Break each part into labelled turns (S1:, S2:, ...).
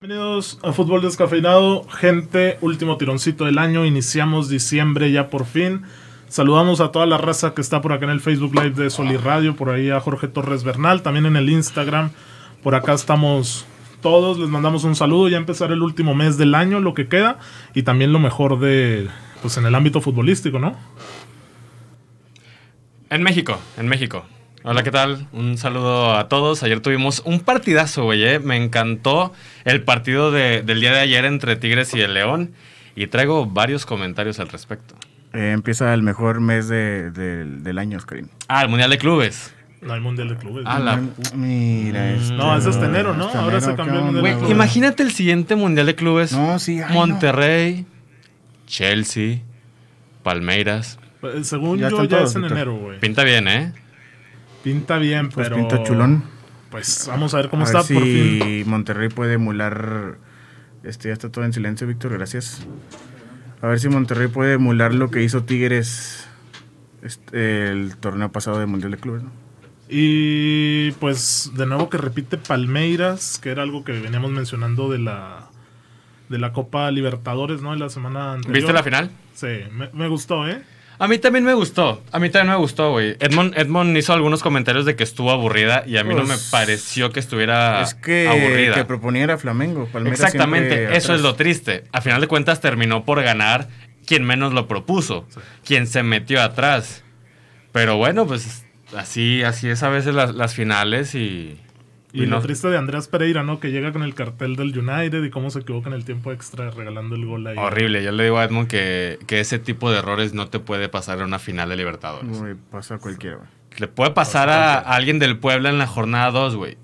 S1: Bienvenidos a Fútbol Descafeinado, gente, último tironcito del año, iniciamos diciembre ya por fin. Saludamos a toda la raza que está por acá en el Facebook Live de Soli Radio, por ahí a Jorge Torres Bernal, también en el Instagram, por acá estamos todos, les mandamos un saludo, ya empezar el último mes del año, lo que queda, y también lo mejor de, pues en el ámbito futbolístico, ¿no?
S2: En México, en México. Hola, ¿qué tal? Un saludo a todos. Ayer tuvimos un partidazo, güey. eh. Me encantó el partido de- del día de ayer entre Tigres y el León. Y traigo varios comentarios al respecto.
S3: Eh, empieza el mejor mes de- del- del año, Screen.
S2: Ah, el Mundial de Clubes.
S1: No hay Mundial de Clubes.
S2: Ah, la-
S3: Mira esto.
S1: No, es hasta enero, ¿no? Ahora se cambió el
S3: ¿qué
S1: Mundial de
S2: Güey,
S3: onda,
S1: Clubes.
S2: imagínate el siguiente Mundial de Clubes.
S3: No, sí. ay, no.
S2: Monterrey, Chelsea, Palmeiras.
S1: Eh, Según
S3: Ya
S1: yo,
S3: están
S1: ya
S3: todos,
S1: es en
S3: Víctor.
S1: enero, güey.
S2: Pinta bien, ¿eh?
S1: Pinta bien,
S3: Pues
S1: pero.
S3: pinta chulón.
S1: Pues vamos a ver cómo
S3: A ver
S1: está por
S3: si
S1: fin.
S3: Monterrey puede emular. Este ya está todo en silencio, Víctor, gracias. A ver si Monterrey puede emular lo que hizo Tigres este, el torneo pasado de Mundial de Clubes. ¿no?
S1: Y pues de nuevo que repite Palmeiras, que era algo que veníamos mencionando de la de la Copa Libertadores, ¿no? De la semana anterior.
S2: ¿Viste la final?
S1: Sí, me, me gustó, ¿eh?
S2: A mí también me gustó. A mí también me gustó, güey. Edmond, Edmond hizo algunos comentarios de que estuvo aburrida y a mí no me
S3: Pues,
S2: pareció que estuviera
S3: es que
S2: Ah, aburrida.
S3: el que proponía era Flamengo. Palmeiras
S2: Exactamente,
S3: siempre
S2: eso es lo
S3: atrás.
S2: triste. A final de cuentas terminó por ganar quien menos lo propuso, quien se metió atrás. Pero bueno, pues así, así es a veces las, las finales y...
S1: Y
S2: y
S1: lo
S2: no-
S1: triste de Andrés Pereira, ¿no? Que llega con el cartel del United y cómo se equivoca en el tiempo extra regalando el gol ahí.
S2: Horrible, yo le digo a Edmond que, que ese tipo de errores no te puede pasar en una final de Libertadores.
S3: Uy, pasa a cualquiera. güey.
S2: Le puede pasar a, a alguien del Puebla en la jornada 2, güey.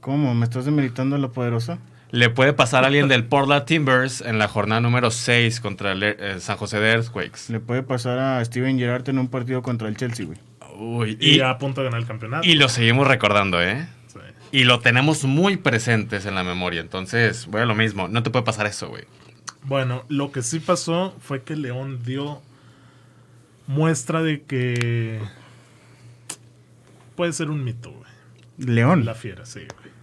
S3: ¿Cómo? ¿Me estás demeritando a la poderosa?
S2: Le puede pasar a alguien del Portland Timbers en la jornada número 6 contra el eh, San José de Earthquakes.
S3: Le puede pasar a Steven Gerrard en un partido contra el Chelsea, güey.
S2: Uy,
S1: Y,
S2: y,
S1: ya a punto de ganar el campeonato.
S2: y lo seguimos recordando, ¿eh?
S1: Sí.
S2: Y lo tenemos muy presentes en la memoria. Entonces, bueno, lo mismo. No te puede pasar eso, güey.
S1: Bueno, lo que sí pasó fue que León dio muestra de que puede ser un mito, güey.
S3: León.
S1: La fiera, sí, güey.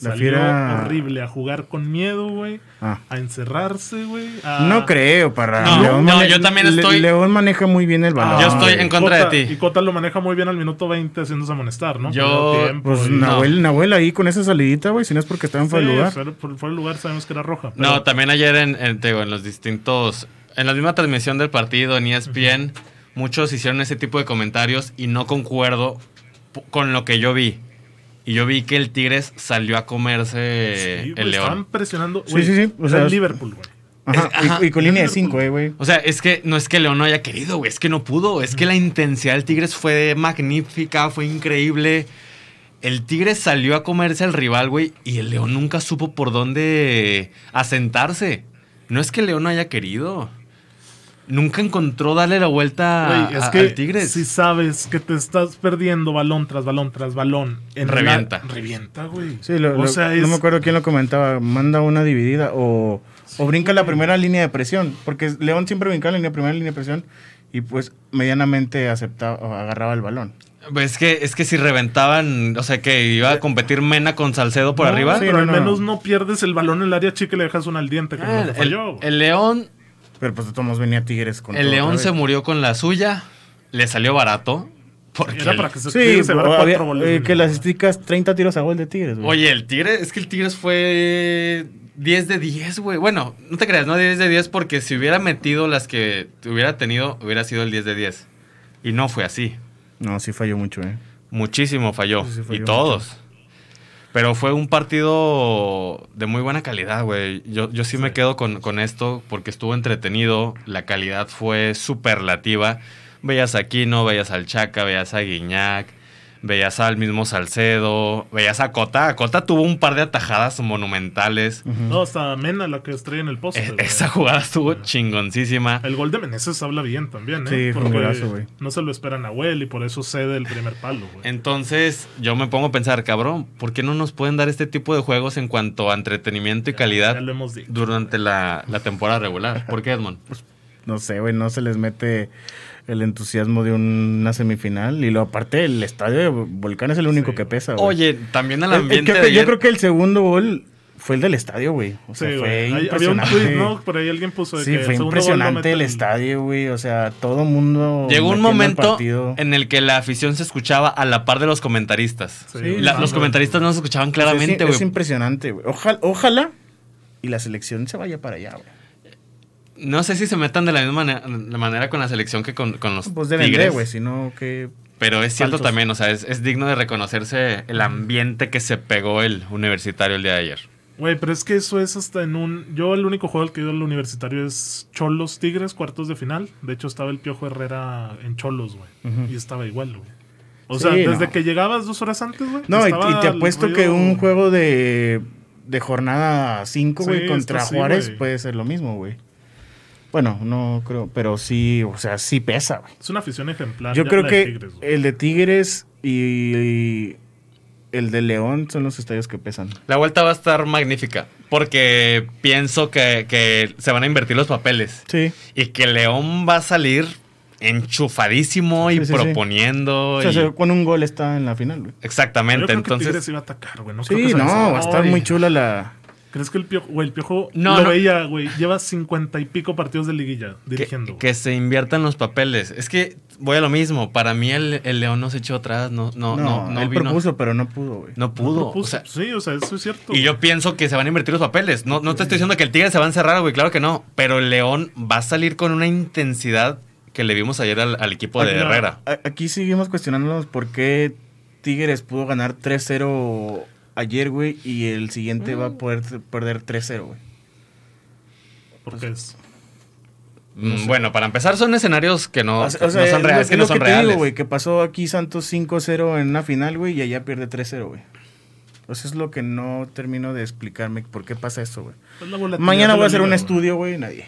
S3: La
S1: Salió
S3: fiera-
S1: horrible a jugar con miedo, güey.
S3: Ah.
S1: A encerrarse, güey. a-
S3: No creo, para
S2: Ah. No, no, yo también estoy-
S3: León maneja muy bien el balón.
S2: Yo estoy en
S3: güey.
S2: contra de
S1: Cota-
S2: ti.
S1: Y Cota lo maneja muy bien al minuto 20 haciéndose amonestar, ¿no?
S2: Yo-
S1: Perdió tiempo
S3: Pues
S1: y-
S2: no.
S3: Nahuel, Nahuel ahí con esa salidita, güey, si no es porque estaba en fuera de
S1: Sí,
S3: lugar.
S1: fuera- por- fuera de lugar sabemos que era roja. pero-
S2: No, también ayer en, en, te digo, en los distintos... En la misma transmisión del partido en E ESPN, muchos hicieron ese tipo de comentarios y no concuerdo p- con lo que yo vi. Y yo vi que el Tigres salió a comerse
S1: Sí, pues, güey,
S2: el
S1: Estaban
S2: León.
S1: presionando.
S3: Sí,
S1: güey,
S3: sí, sí, o
S1: era
S3: sea,
S1: el
S3: es-
S1: Liverpool, güey.
S3: Ajá, y- Y, con línea de 5, eh, güey.
S2: O sea, es que no es que León no haya querido, güey, es que no pudo. Es que la intensidad del Tigres fue magnífica, fue increíble. El Tigres salió a comerse al rival, güey, y el León nunca supo por dónde asentarse. No es que León no haya querido. Nunca encontró darle la vuelta
S1: Güey, es
S2: a-
S1: que
S2: Ah, al Tigres.
S1: si sabes que te estás perdiendo balón tras balón tras balón. En la-
S2: Revienta.
S1: revienta, güey.
S3: Sí, lo-
S1: o
S3: lo-
S1: sea,
S3: no
S1: es-
S3: me acuerdo quién lo comentaba. Manda una dividida o, o brinca la primera línea de presión. Porque León siempre brincaba la línea, primera línea de presión y pues medianamente aceptaba o agarraba el balón.
S2: Pues Es que, es que si reventaban, o sea, que iba a competir Mena con Salcedo por
S1: No,
S2: arriba.
S3: sí.
S1: Pero
S3: no,
S1: al
S3: no,
S1: menos
S3: no.
S1: no pierdes el balón en el área chica y le dejas una al diente.
S3: Ah,
S1: Como lo
S2: El,
S1: que falló,
S2: Ah, el-
S1: güey.
S2: el León
S3: Pero pues de todos modos venía Tigres con
S2: El
S3: todo
S2: León
S3: otra
S2: se
S3: vez.
S2: murió con la suya, le salió barato. Porque
S1: Era
S2: el-
S1: para que se,
S3: Sí,
S1: se fuera
S3: había-
S1: cuatro goles,
S3: eh,
S1: güey.
S3: que las esticas 30 tiros a gol de Tigres, güey.
S2: Oye, el Tigres, es que el Tigres fue 10 de 10, güey. Bueno, no te creas, no 10 de 10 porque si hubiera metido las que hubiera tenido, hubiera sido el 10 de 10. Y no fue así.
S3: No, sí falló mucho, eh.
S2: Muchísimo falló.
S3: Sí, sí, falló
S2: y todos. Pero fue un partido de muy buena calidad, güey. Yo, yo sí, me quedo con, con esto porque estuvo entretenido. La calidad fue superlativa. Veías a Aquino, veías al Chaca, veías a Guiñac, Veías al mismo Salcedo, veías a Cota. Cota tuvo un par de atajadas monumentales.
S1: No, hasta Mena la que estrella en el poste.
S2: E-
S1: güey.
S2: Esa jugada estuvo chingoncísima.
S1: El gol de Meneses habla bien también, ¿eh?
S3: Sí, fue un golazo, güey.
S1: No se lo espera Nahuel y por eso cede el primer palo, güey.
S2: Entonces, yo me pongo a pensar, cabrón, ¿por qué no nos pueden dar este tipo de juegos en cuanto a entretenimiento y calidad
S1: Ya lo hemos dicho.
S2: durante la, la temporada regular? ¿Por qué, Edmond?
S3: No sé, güey, no se les mete el entusiasmo de una semifinal. Y lo aparte, el estadio de Volcán es el único que pesa, güey.
S2: Oye, también al
S3: Eh, eh,
S2: ambiente
S3: creo
S2: de
S3: que- yo
S2: ayer-
S3: creo que el segundo gol fue el del estadio, güey. O
S1: Sí,
S3: sea,
S1: güey.
S3: fue
S1: Hay- Había un
S3: impresionante.
S1: tweet, ¿no? Por ahí alguien puso de
S3: Sí,
S1: que
S3: fue
S1: el segundo gol lo
S3: impresionante
S1: mete
S3: el estadio, güey. O sea, todo mundo.
S2: Llegó un
S3: metiendo al
S2: momento
S3: partido.
S2: en el que la afición se escuchaba a la par de los comentaristas.
S1: Sí,
S3: Sí,
S2: La-
S1: no,
S2: los
S1: güey.
S2: comentaristas no se escuchaban
S3: Es-
S2: claramente,
S3: es,
S2: güey.
S3: impresionante, güey. Ojalá, ojalá y la selección se vaya para allá, güey.
S2: No sé si se metan de la misma mane- la manera con la selección que con, con los
S3: Pues deben de,
S2: Tigres.
S3: güey, si no, que.
S2: pero es cierto
S3: Faltos.
S2: también, o sea, es, es digno de reconocerse el ambiente que se pegó el universitario el día de ayer.
S1: Güey, pero es que eso es hasta en un... Yo el único juego al que he ido al universitario es Cholos Tigres, cuartos de final. De hecho, estaba el Piojo Herrera en Cholos, güey. Y estaba igual, güey. O
S3: Sí,
S1: sea, desde
S3: no.
S1: que llegabas dos horas antes, güey.
S3: No, y,
S1: estaba
S3: y te
S1: el
S3: apuesto
S1: ruido-
S3: que un juego de, de jornada 5, güey,
S1: Sí,
S3: contra
S1: esto sí,
S3: Juárez
S1: güey.
S3: puede ser lo mismo, güey. Bueno, no creo, pero sí, o sea, sí pesa, güey.
S1: Es una afición ejemplar.
S3: Yo
S1: ya
S3: creo
S1: la
S3: que eh,
S1: de Tigres, güey.
S3: el de Tigres y el de León son los estadios que pesan.
S2: La vuelta va a estar magnífica, porque pienso que, que se van a invertir los papeles
S3: Sí.
S2: y que León va a salir enchufadísimo y
S3: Sí, sí, sí.
S2: proponiendo.
S3: O sea,
S2: y-
S3: se- con un gol está en la final, güey.
S1: Yo
S2: Exactamente,
S1: creo que
S2: entonces...
S1: Tigres iba a atacar, güey. No creo que
S3: Sí,
S1: se
S3: no,
S1: alzara.
S3: va a estar
S1: Ay,
S3: muy chula la...
S1: ¿Crees que el Piojo, güey, el Piojo
S2: No,
S1: lo
S2: no.
S1: veía, güey? Lleva cincuenta y pico partidos de liguilla
S2: Que,
S1: dirigiendo. güey.
S2: que se inviertan los papeles. Es que voy a lo mismo. Para mí el, el León no se echó atrás, no, no,
S3: No,
S2: no, no
S3: él
S2: vino-
S3: propuso, pero no pudo, güey.
S2: no pudo.
S1: Propuso.
S2: o sea,
S1: sí, o sea, eso es cierto.
S2: y yo pienso que se van a invertir los papeles. No, no te estoy diciendo que el Tigre se va a encerrar, güey, claro que no. Pero el León va a salir con una intensidad que le vimos ayer al, al equipo de
S1: Ah, claro.
S2: Herrera.
S3: A- Aquí seguimos cuestionándonos por qué Tigres pudo ganar 3-0 ayer, güey, y el siguiente va a poder t- perder 3-0, güey.
S1: Porque
S3: pues,
S1: es.
S2: Mm, Bueno, para empezar, son escenarios que no,
S3: O sea, o sea,
S2: no son
S3: es lo-
S2: reales.
S3: es
S2: que no
S3: lo
S2: son
S3: que te
S2: reales.
S3: digo, güey, que pasó aquí Santos 5-0 en una final, güey, y allá pierde 3-0, güey. Eso es lo que no termino de explicarme por qué pasa eso, güey.
S1: es la volatilidad de
S3: Mañana voy a
S1: la
S3: hacer un
S1: liga, güey.
S3: estudio, güey, nadie.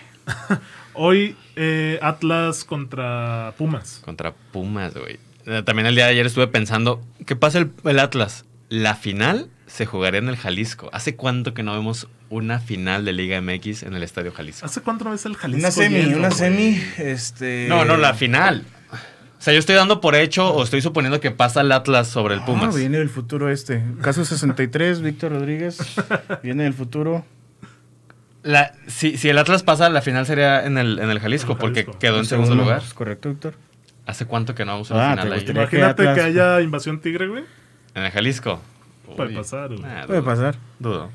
S1: Hoy eh, Atlas contra Pumas.
S2: Contra Pumas, güey. Eh, También el día de ayer estuve pensando, ¿qué pasa el, el Atlas? La final se jugaría en el Jalisco. ¿Hace cuánto que no vemos una final de Liga MX en el Estadio Jalisco?
S1: ¿Hace cuánto no ves el Jalisco?
S3: Una semi,
S1: lleno,
S3: una
S1: güey?
S3: semi, este...
S2: No, no, la final. O sea, yo estoy dando por hecho o estoy suponiendo que pasa el Atlas sobre el
S3: Ah,
S2: Pumas.
S3: viene del futuro este. Caso 63, Víctor Rodríguez. Viene del futuro.
S2: La- si, si el Atlas pasa, la final sería en el, en el Jalisco,
S1: En el
S2: porque
S1: Jalisco.
S2: quedó en
S3: El
S2: segundo
S3: segundo,
S2: lugar.
S3: pues, correcto, Víctor.
S2: ¿Hace cuánto que no vemos una
S3: Ah,
S2: final
S3: te
S2: ahí?
S3: gustaría.
S1: Imagínate
S3: Atlas-
S1: que haya invasión tigre, güey.
S2: En el Jalisco.
S1: Puede
S2: Uy.
S1: pasar, güey.
S2: Ah,
S3: Puede
S2: dudo,
S3: pasar.
S2: Dudo.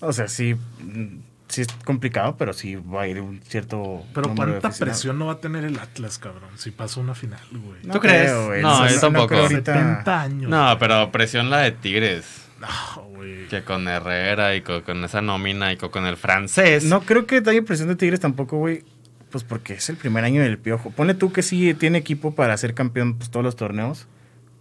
S3: O sea, sí, mm, sí es complicado, pero sí va a ir un cierto.
S1: Pero
S3: número de
S1: cuánta
S3: aficionados.
S1: presión no va a tener el Atlas, cabrón, si pasa una final, güey.
S3: No
S2: ¿Tú crees?
S3: güey.
S2: No, yo tampoco.
S3: creo ahorita-
S1: 70 años.
S2: No, pero presión la de Tigres.
S1: No, güey.
S2: Que con Herrera y co- con esa nómina y co- con el francés.
S3: No creo que haya presión de Tigres tampoco, güey. Pues porque es el primer año del Piojo. Ponle tú que sí tiene equipo para ser campeón pues, todos los torneos.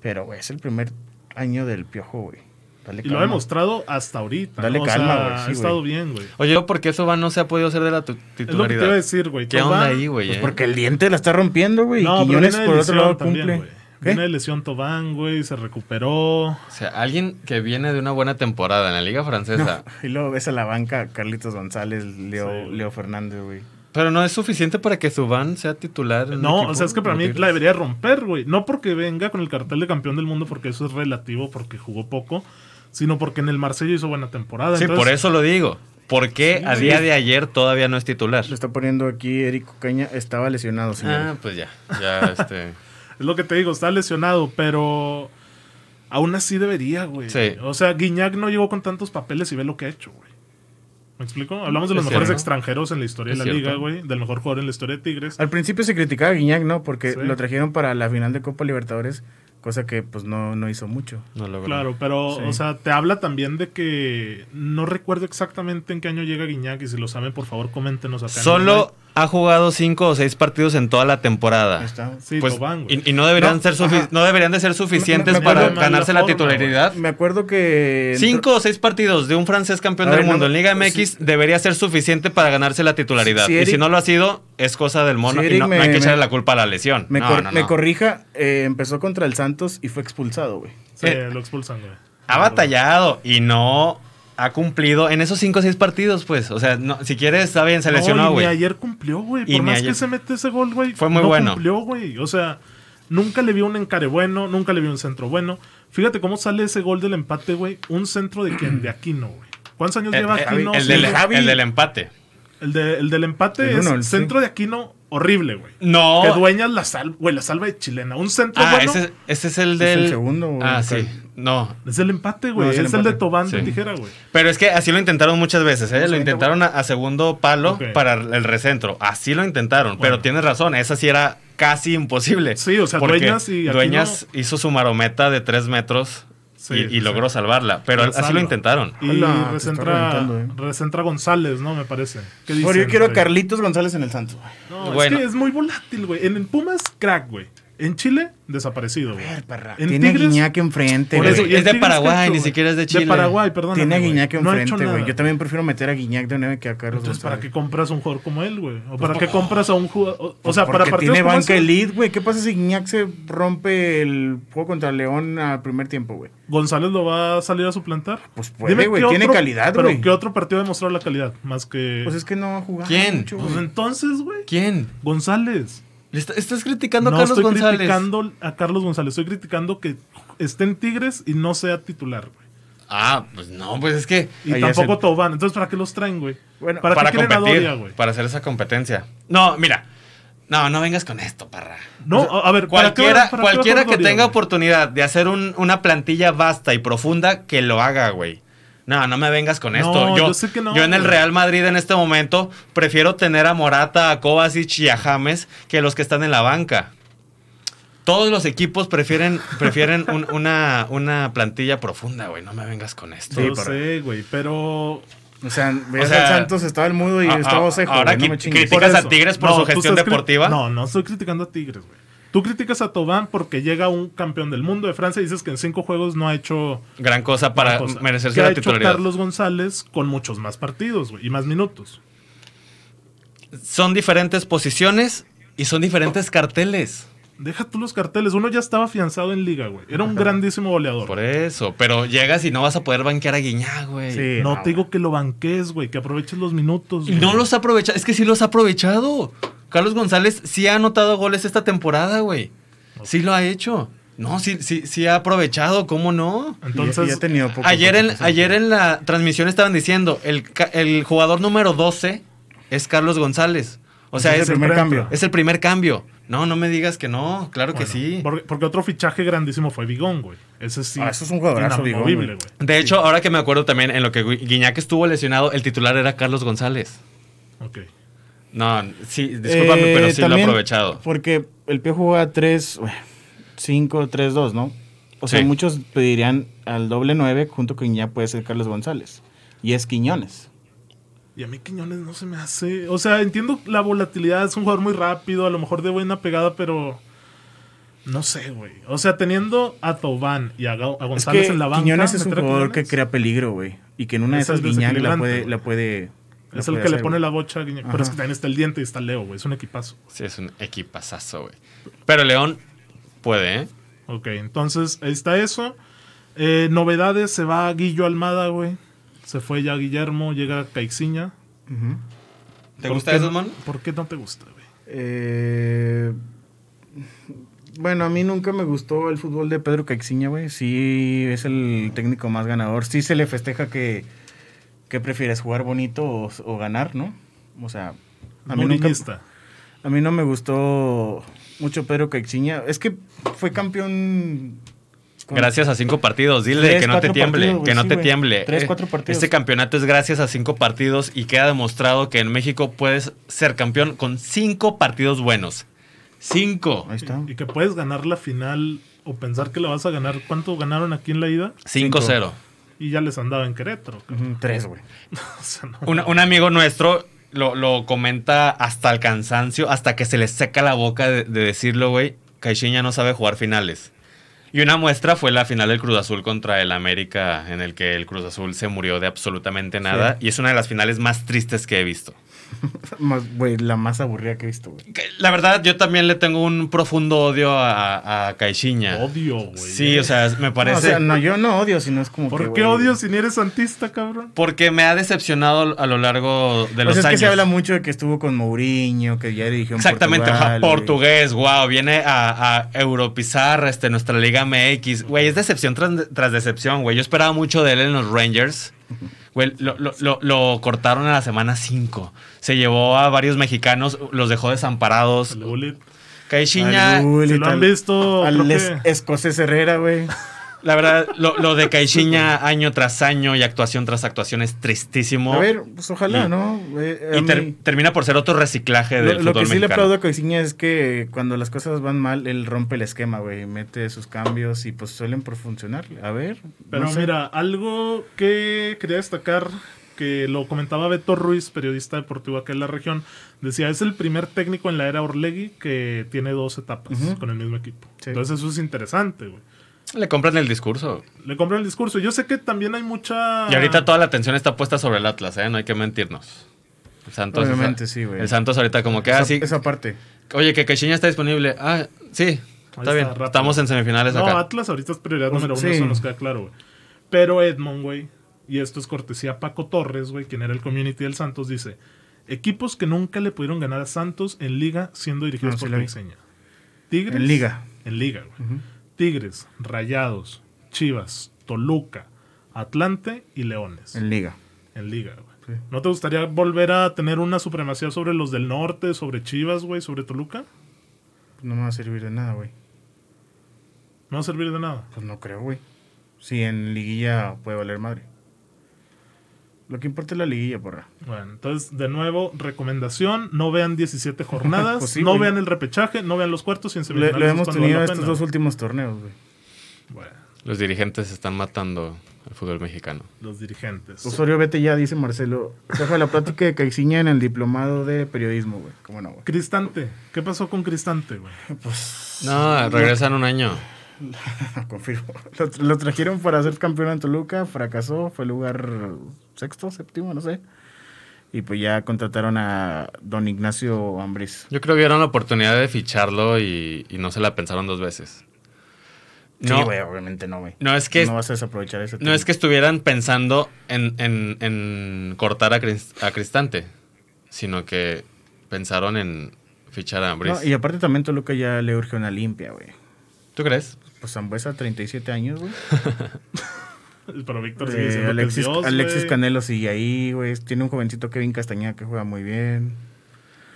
S3: Pero, güey, es el primer año del Piojo, güey. Dale
S1: Y lo ha
S3: calma.
S1: demostrado hasta ahorita.
S3: Dale
S1: ¿no? O sea,
S3: calma, güey, sí,
S1: ha
S3: güey.
S1: estado bien, güey.
S2: Oye, ¿yo ¿por qué Soba no se ha podido hacer de la tu-
S1: Es lo que te iba a
S2: titularidad?
S1: decir, güey.
S2: ¿Qué
S1: Tobán-
S2: onda ahí, güey?
S3: Pues
S2: eh?
S3: porque el diente la está rompiendo, güey.
S1: No,
S3: y
S1: pero
S3: Quiñones,
S1: viene de
S3: por otro
S1: lesión
S3: lado,
S1: también,
S3: cumple.
S1: güey.
S3: ¿Qué?
S1: Viene de lesión Tobán, güey, se recuperó.
S2: O sea, alguien que viene de una buena temporada en la Liga Francesa.
S3: Y luego ves a la banca Carlitos González, Leo,
S1: Sí.
S3: Leo Fernández, güey.
S2: Pero no es suficiente para que Subán sea titular. en un
S1: No,
S2: equipo
S1: o sea, es que para
S2: como
S1: mí
S2: Tigres.
S1: la debería romper, güey. No porque venga con el cartel de campeón del mundo, porque eso es relativo, porque jugó poco, sino porque en el Marsella hizo buena temporada.
S2: Sí,
S1: Entonces,
S2: por eso lo digo. ¿Por qué a día de ayer todavía no es titular?
S3: Lo está poniendo aquí Eric Caña. Estaba lesionado, señor.
S2: Ah, pues ya. Ya, este.
S1: Es lo que te digo, está lesionado, pero aún así debería, güey.
S2: Sí.
S1: O sea, Guiñac no llegó con tantos papeles y ve lo que ha hecho, güey. ¿Me explico? Hablamos de
S2: Es
S1: los mejores
S2: cierto.
S1: extranjeros en la historia
S2: Es
S1: de la
S2: cierto.
S1: liga, güey. Del mejor jugador en la historia de Tigres.
S3: Al principio se criticaba a Guiñac, ¿no? Porque
S1: Sí.
S3: lo trajeron para la final de Copa Libertadores, cosa que pues no, no hizo mucho.
S2: No logró.
S1: Claro, pero,
S3: Sí.
S1: o sea, te habla también de que no recuerdo exactamente en qué año llega Guiñac y si lo saben, por favor, coméntenos acá. en
S2: Solo
S1: el-
S2: ha jugado cinco o seis partidos en toda la temporada.
S3: Ahí está.
S1: Sí,
S2: Pues,
S1: Tobán, güey.
S2: y, y no deberían
S3: No,
S2: ser sufi-
S3: ajá.
S2: no deberían de ser suficientes
S3: Me- me
S2: para
S3: acuerdo-
S2: ganarse
S1: mala
S2: la
S1: forma,
S2: titularidad.
S3: Me acuerdo que. entró-
S2: Cinco o seis partidos de un francés campeón
S3: A ver,
S2: del mundo
S3: no, pues,
S2: en Liga
S3: sí.
S2: MX debería ser suficiente para ganarse la titularidad.
S3: Si
S2: y si
S3: Eric-
S2: no lo ha sido, es cosa del mono. y no,
S3: Si Eric
S2: no hay
S3: me-
S2: que echarle
S3: me-
S2: la culpa a la lesión.
S3: Me,
S2: No,
S3: cor-
S2: no,
S3: me
S2: no.
S3: corrija, eh, empezó contra el Santos y fue expulsado, güey.
S1: Sí,
S2: eh,
S1: lo expulsan, güey.
S2: Ha batallado y no ha cumplido en esos cinco o seis partidos, pues. O sea, no- si quieres, está bien, se
S1: No,
S2: lesionó,
S1: y
S2: güey.
S1: Ni ayer cumplió, güey.
S2: Y
S1: Por
S2: ni
S1: más
S2: ayer.
S1: que se mete ese gol, güey.
S2: Fue muy
S1: no
S2: bueno.
S1: cumplió, güey. O sea, nunca le vi un encare bueno, nunca le vi un centro bueno. Fíjate cómo sale ese gol del empate, güey. Un centro de quien? De Aquino, güey. ¿Cuántos años
S2: Eh,
S1: lleva
S2: eh,
S1: Aquino?
S2: el,
S1: Sí,
S2: del,
S1: güey.
S3: Javi.
S2: el del empate.
S1: El, de- el del empate
S3: El
S1: es
S3: uno, el
S1: centro de Aquino horrible, güey.
S2: No.
S1: Que dueñas la salva, güey, la salva de chilena. Un centro
S2: Ah,
S1: bueno
S2: ese, ese es el
S3: Es el
S2: del.
S3: segundo, güey.
S2: Ah, sí. No.
S1: es el empate, güey.
S3: No,
S1: es,
S3: es el
S1: el de
S3: empate.
S1: Tobán de
S2: Sí.
S1: tijera, güey.
S2: Pero es que así lo intentaron muchas veces, ¿eh? Lo
S3: Sí,
S2: intentaron a, a segundo palo
S1: Ok.
S2: para el recentro. Así lo intentaron.
S1: Bueno.
S2: Pero tienes razón, esa sí era casi imposible.
S1: Sí, o sea,
S2: Porque
S1: Dueñas y Aquino-
S2: Dueñas hizo su marometa de tres metros
S1: Sí,
S2: y, y
S1: sí.
S2: logró salvarla. Pero
S1: Pero
S2: así
S1: salva.
S2: lo intentaron.
S1: Y
S3: Hola, te está
S1: recentra,
S3: reventando, eh.
S1: recentra González, ¿no? Me parece. ¿Qué
S3: Pero yo
S1: dicen,
S3: quiero a
S1: güey?
S3: Carlitos González en el Santos, güey.
S1: No,
S2: Bueno.
S1: es que es muy volátil, güey. En, en Pumas, crack, güey. En Chile, desaparecido, güey.
S3: Ver, parra.
S1: En
S3: Tiene a
S1: Tigres-
S3: Guiñac enfrente,
S1: Por
S2: Es-
S1: eso,
S3: güey.
S1: y en
S2: es de
S1: Tigres,
S2: Paraguay,
S1: ¿qué ha
S2: ni
S1: hecho,
S2: siquiera es de
S1: güey?
S2: Chile.
S1: De Paraguay, perdón.
S3: Tiene a Guiñac
S1: No ha
S3: enfrente,
S1: hecho
S3: güey.
S1: nada.
S3: Yo también prefiero meter a Guiñac de 9 que a Carlos
S1: Entonces, ¿para qué
S3: González.
S1: compras un jugador como él, güey? ¿O para qué compras a un jugador? O, o sea,
S3: pues Porque
S1: para partidos
S3: tiene
S1: como
S3: banca
S1: ese,
S3: elite, güey. ¿Qué pasa si Guiñac se rompe el juego contra León al primer tiempo, güey?
S1: ¿González lo va a salir a suplantar?
S3: Pues puede,
S1: Dime
S3: güey,
S1: qué
S3: tiene
S1: otro-
S3: calidad,
S1: Pero
S3: güey.
S1: ¿qué otro partido demostró la calidad? Más que...
S3: Pues es que no ha jugado
S2: ¿Quién?
S3: mucho,
S1: Pues
S3: güey.
S1: entonces, güey.
S2: ¿Quién?
S1: González.
S2: Le está- estás criticando
S1: no
S2: a Carlos
S1: estoy
S2: González.
S1: criticando a Carlos González. Estoy criticando que esté en Tigres y no sea titular, güey.
S2: Ah, pues no, pues es que.
S1: Y
S3: Ahí
S1: tampoco
S3: es el-
S1: Tobán. Entonces, ¿para qué los traen, güey?
S3: Bueno,
S1: ¿para,
S2: para
S1: qué quieren a
S2: competir,
S1: Doria, güey?
S2: para hacer esa competencia. No, mira. No, no vengas con esto, parra.
S1: No, a a ver, ¿para qué- para
S2: Cualquiera,
S1: qué
S2: cualquiera
S1: vas a
S2: que
S1: Doria,
S2: tenga
S1: güey?
S2: oportunidad de hacer un- una plantilla vasta y profunda, que lo haga, güey. No, no me vengas con
S1: No,
S2: esto. Yo,
S1: yo sé que no,
S2: yo en el
S1: güey.
S2: Real Madrid en este momento prefiero tener a Morata, a Kovacic y a James que los que están en la banca. Todos los equipos prefieren, prefieren un- una, una plantilla profunda, güey. No me vengas con esto.
S1: Yo
S3: Sí, para-
S1: sé, güey, pero.
S3: O sea, veías
S2: sea,
S3: al Santos, estaba el mudo y
S2: a- a-
S3: estaba Osejo.
S2: ahora
S3: güey, no
S2: qui-
S3: me chingues.
S2: critica- ¿Criticas
S1: Por
S2: a
S1: eso.
S2: Tigres por su
S1: tú
S2: gestión
S1: estás cri-
S2: deportiva?
S1: No, no estoy criticando a Tigres, güey. Tú criticas a Tobán porque llega un campeón del mundo de Francia y dices que en cinco juegos no ha hecho.
S2: Gran cosa para
S1: cosa.
S2: merecerse
S1: ¿Qué ha
S2: la
S1: hecho
S2: titularidad.
S1: Carlos González con muchos más partidos, güey, y más minutos.
S2: Son diferentes posiciones y son diferentes carteles.
S1: Deja tú los carteles. Uno ya estaba afianzado en liga, güey. Era un grandísimo goleador. Eh,
S2: Por eso. Pero llegas y no vas a poder banquear a Guiñá, güey.
S3: Sí,
S1: no te digo que lo banques, güey, que aproveches los minutos.
S2: Y no
S1: güey.
S2: los ha aprovechado. Es que sí los ha aprovechado. Carlos González sí ha anotado goles esta temporada, güey. Sí lo ha hecho. No, sí, sí, sí ha aprovechado, ¿cómo no?
S1: Entonces, eh,
S3: Y- y ha tenido poco
S2: Ayer en,
S3: participación.
S2: ayer en la transmisión estaban diciendo, el, ca- el jugador número 12 es Carlos González. O sea,
S3: Ese
S2: es,
S3: Pues es el primer cambio.
S2: es el primer cambio. No, no me digas que no, claro que
S1: Bueno,
S2: sí.
S1: Porque, porque otro fichaje grandísimo fue Bigón, güey. Ese sí.
S3: Ah, eso es un jugadorazo, Bigón,
S1: inamovible,
S3: güey.
S1: güey.
S2: De hecho, ahora que me acuerdo también, en lo que Gui- Guiñac estuvo lesionado, el titular era Carlos González.
S1: Ok.
S2: No, sí, discúlpame,
S3: Eh,
S2: pero sí lo ha
S3: también,
S2: aprovechado.
S3: Porque el Pio jugaba 3, 5, 3, 2, ¿no? O sea,
S2: Sí.
S3: muchos pedirían al doble 9 junto con Guiñac puede ser Carlos González. Y es Quiñones.
S1: Y a mí Quiñones no se me hace. O sea, entiendo la volatilidad. Es un jugador muy rápido, a lo mejor de buena pegada, pero. No sé, güey. O sea, teniendo a Tobán y a, Ga- a González
S3: es que
S1: en la banca.
S3: Quiñones es un
S1: meter a
S3: jugador que
S1: Quiñones
S3: crea peligro, güey. Y que en una
S1: Es
S3: de
S1: el
S3: esas Guiñac la
S1: desequilibrante,
S3: puede,
S1: güey.
S3: la puede. la
S1: Es el
S3: puede
S1: que le
S3: hacer,
S1: pone
S3: güey.
S1: la bocha a Guiñac. Pero
S3: Ajá.
S1: es que también está el diente y está Leo, güey. Es un equipazo.
S2: Sí, es un equipazazo, güey. Pero León puede, ¿eh?
S1: Ok, entonces ahí está eso. Eh, novedades: se va Guillo Almada, güey. Se fue ya Guillermo, llega Caixinha.
S3: Ujú.
S2: ¿Te
S1: ¿Por
S2: gusta
S1: qué
S2: eso,
S1: no-
S2: man?
S1: ¿Por qué no te gusta, güey?
S3: Eh, bueno, a mí nunca me gustó el fútbol de Pedro Caixinha, güey. Sí, es el técnico más ganador. Sí se le festeja que, que prefieres jugar bonito o, o ganar, ¿no? O sea, a mí, nunca,
S1: Morinista.
S3: a mí no me gustó mucho Pedro Caixinha. Es que fue campeón... con-
S2: Gracias a cinco partidos, dile
S3: Tres,
S2: que no te
S3: cuatro
S2: tiemble,
S3: partidos, güey,
S2: que no
S3: sí,
S2: te
S3: güey.
S2: tiemble.
S3: Tres,
S2: Eh,
S3: cuatro partidos.
S2: Este campeonato es gracias a cinco partidos y queda demostrado que en México puedes ser campeón con cinco partidos buenos. Cinco.
S3: Ahí está.
S1: Y que puedes ganar la final o pensar que la vas a ganar. ¿Cuánto ganaron aquí en la ida?
S2: 5-0.
S1: Y ya les andaba en Querétaro. cabrón.
S3: Ujú, Tres, güey.
S1: O sea, no.
S2: Un, un amigo nuestro lo, lo comenta hasta el cansancio, hasta que se le seca la boca de, de decirlo, güey. Caixinha no sabe jugar finales. Y una muestra fue la final del Cruz Azul contra el América, en el que el Cruz Azul se murió de absolutamente nada. Y es una de las finales más tristes que he visto.
S3: Más, güey, la más aburrida que he visto, güey.
S2: Que, La verdad, yo también le tengo un profundo odio a, a, a Caixinha.
S1: Odio, güey.
S2: Sí, o sea, me parece...
S3: No, o sea, no, yo no odio, sino es como que,
S1: ¿Por qué
S3: güey,
S1: odio si ni eres santista, cabrón?
S2: Porque me ha decepcionado a lo largo de los
S3: Pues es
S2: años.
S3: que se habla mucho de que estuvo con Mourinho, que ya dirigió en
S2: Exactamente, ajá,
S3: Portugal, güey.
S2: portugués, wow, viene a, a Europizar, este, nuestra Liga MX. Güey, es decepción tras, tras decepción, güey. Yo esperaba mucho de él en los Rangers. Güey, lo, lo- lo- lo cortaron a la semana 5. Se llevó a varios mexicanos, los dejó desamparados.
S1: El bullet.
S2: Caixinha,
S3: Al Gullit,
S1: Si lo han
S3: al-
S1: visto,
S3: Al
S1: creo
S3: es-
S1: que-
S3: escocés Herrera, güey.
S2: la verdad, lo, lo de Caixinha año tras año y actuación tras actuación es tristísimo.
S3: A ver, pues ojalá,
S2: Y-
S3: ¿no? Eh, a
S2: y ter-
S3: mí-
S2: termina por ser otro reciclaje del
S3: lo, lo
S2: fútbol
S3: que sí le
S2: mexicano.
S3: aplaudo a Coisinha es que cuando las cosas van mal, él rompe el esquema, güey. Mete sus cambios y pues suelen por funcionar. A ver.
S1: Pero
S3: no sé.
S1: mira, algo que quería destacar, que lo comentaba Beto Ruiz, periodista deportivo acá en la región, decía, es el primer técnico en la era Orlegui que tiene dos etapas
S3: Ujú.
S1: con el mismo equipo.
S3: Sí.
S1: Entonces eso es interesante, güey.
S2: Le compran el discurso.
S1: Le compro el discurso. Yo sé que también hay mucha...
S2: Y ahorita toda la atención está puesta sobre el Atlas, ¿eh? No hay que mentirnos. El Santos,
S3: Obviamente, sí, güey.
S2: El Santos ahorita como que,
S3: esa,
S2: ah, sí.
S3: esa parte.
S2: Oye, que Caixinha está disponible. Ah, sí. Está,
S1: está,
S2: bien.
S1: rápido.
S2: Estamos en semifinales
S1: No,
S2: acá.
S1: Atlas ahorita es prioridad
S3: Pues,
S1: número uno,
S3: sí.
S1: eso nos queda claro, güey. Pero Edmond, güey, y esto es cortesía a Paco Torres, güey, quien era el community del Santos, dice: Equipos que nunca le pudieron ganar a Santos en Liga siendo dirigidos
S3: Ah, sí
S1: por
S3: la vi.
S1: Pixeña. Tigres.
S3: En Liga.
S1: En Liga, güey. Tigres, Rayados, Chivas, Toluca, Atlante y Leones. En,
S3: En Liga.
S1: Liga, güey.
S3: Sí.
S1: ¿No te gustaría volver a tener una supremacía sobre los del norte, sobre Chivas, güey, sobre Toluca?
S3: No me va a servir de nada, güey.
S1: No va a servir de nada.
S3: Pues no creo, güey. Si en liguilla puede valer madre. Lo que importa es la liguilla, porra.
S1: Bueno, entonces, de nuevo, recomendación: no vean 17 jornadas,
S3: Pues sí,
S1: no
S3: güey.
S1: vean el repechaje, no vean los cuartos y en
S3: Lo,
S1: semifinales.
S3: lo
S1: es
S3: hemos
S1: cuando vale
S3: tenido
S1: la
S3: estos
S1: pena.
S3: dos últimos torneos, güey.
S1: Bueno,
S2: Los dirigentes están matando al fútbol mexicano.
S1: los dirigentes.
S3: Osorio, vete ya, dice Marcelo. Deja la plática de Caixinha en el diplomado de periodismo, güey. ¿Cómo no, güey?
S1: Cristante, ¿qué pasó con Cristante, güey?
S2: pues, No, regresan un año.
S3: Confirmo. Lo, tra- lo trajeron para ser campeón en Toluca, fracasó, fue lugar sexto, séptimo, no sé. Y pues ya contrataron a don Ignacio Ambriz.
S2: Yo creo que vieron la oportunidad de ficharlo y, y no se la pensaron dos veces. No,
S3: Sí, güey, obviamente no, güey.
S2: no es que
S3: No vas a desaprovechar ese
S2: No es que estuvieran pensando en, en- en cortar a, Crist- a Cristante, sino que pensaron en fichar a Ambris.
S3: No, y aparte también Toluca ya le urge una limpia, güey.
S2: ¿Tú crees?
S3: Pues Zambuesa, 37 años, güey.
S1: Pero Víctor sigue
S3: Eh,
S1: diciendo que
S3: Alexis,
S1: es Dios,
S3: Alexis
S1: güey.
S3: Canelo sigue ahí, güey. Tiene un jovencito Kevin Castañeda que juega muy bien.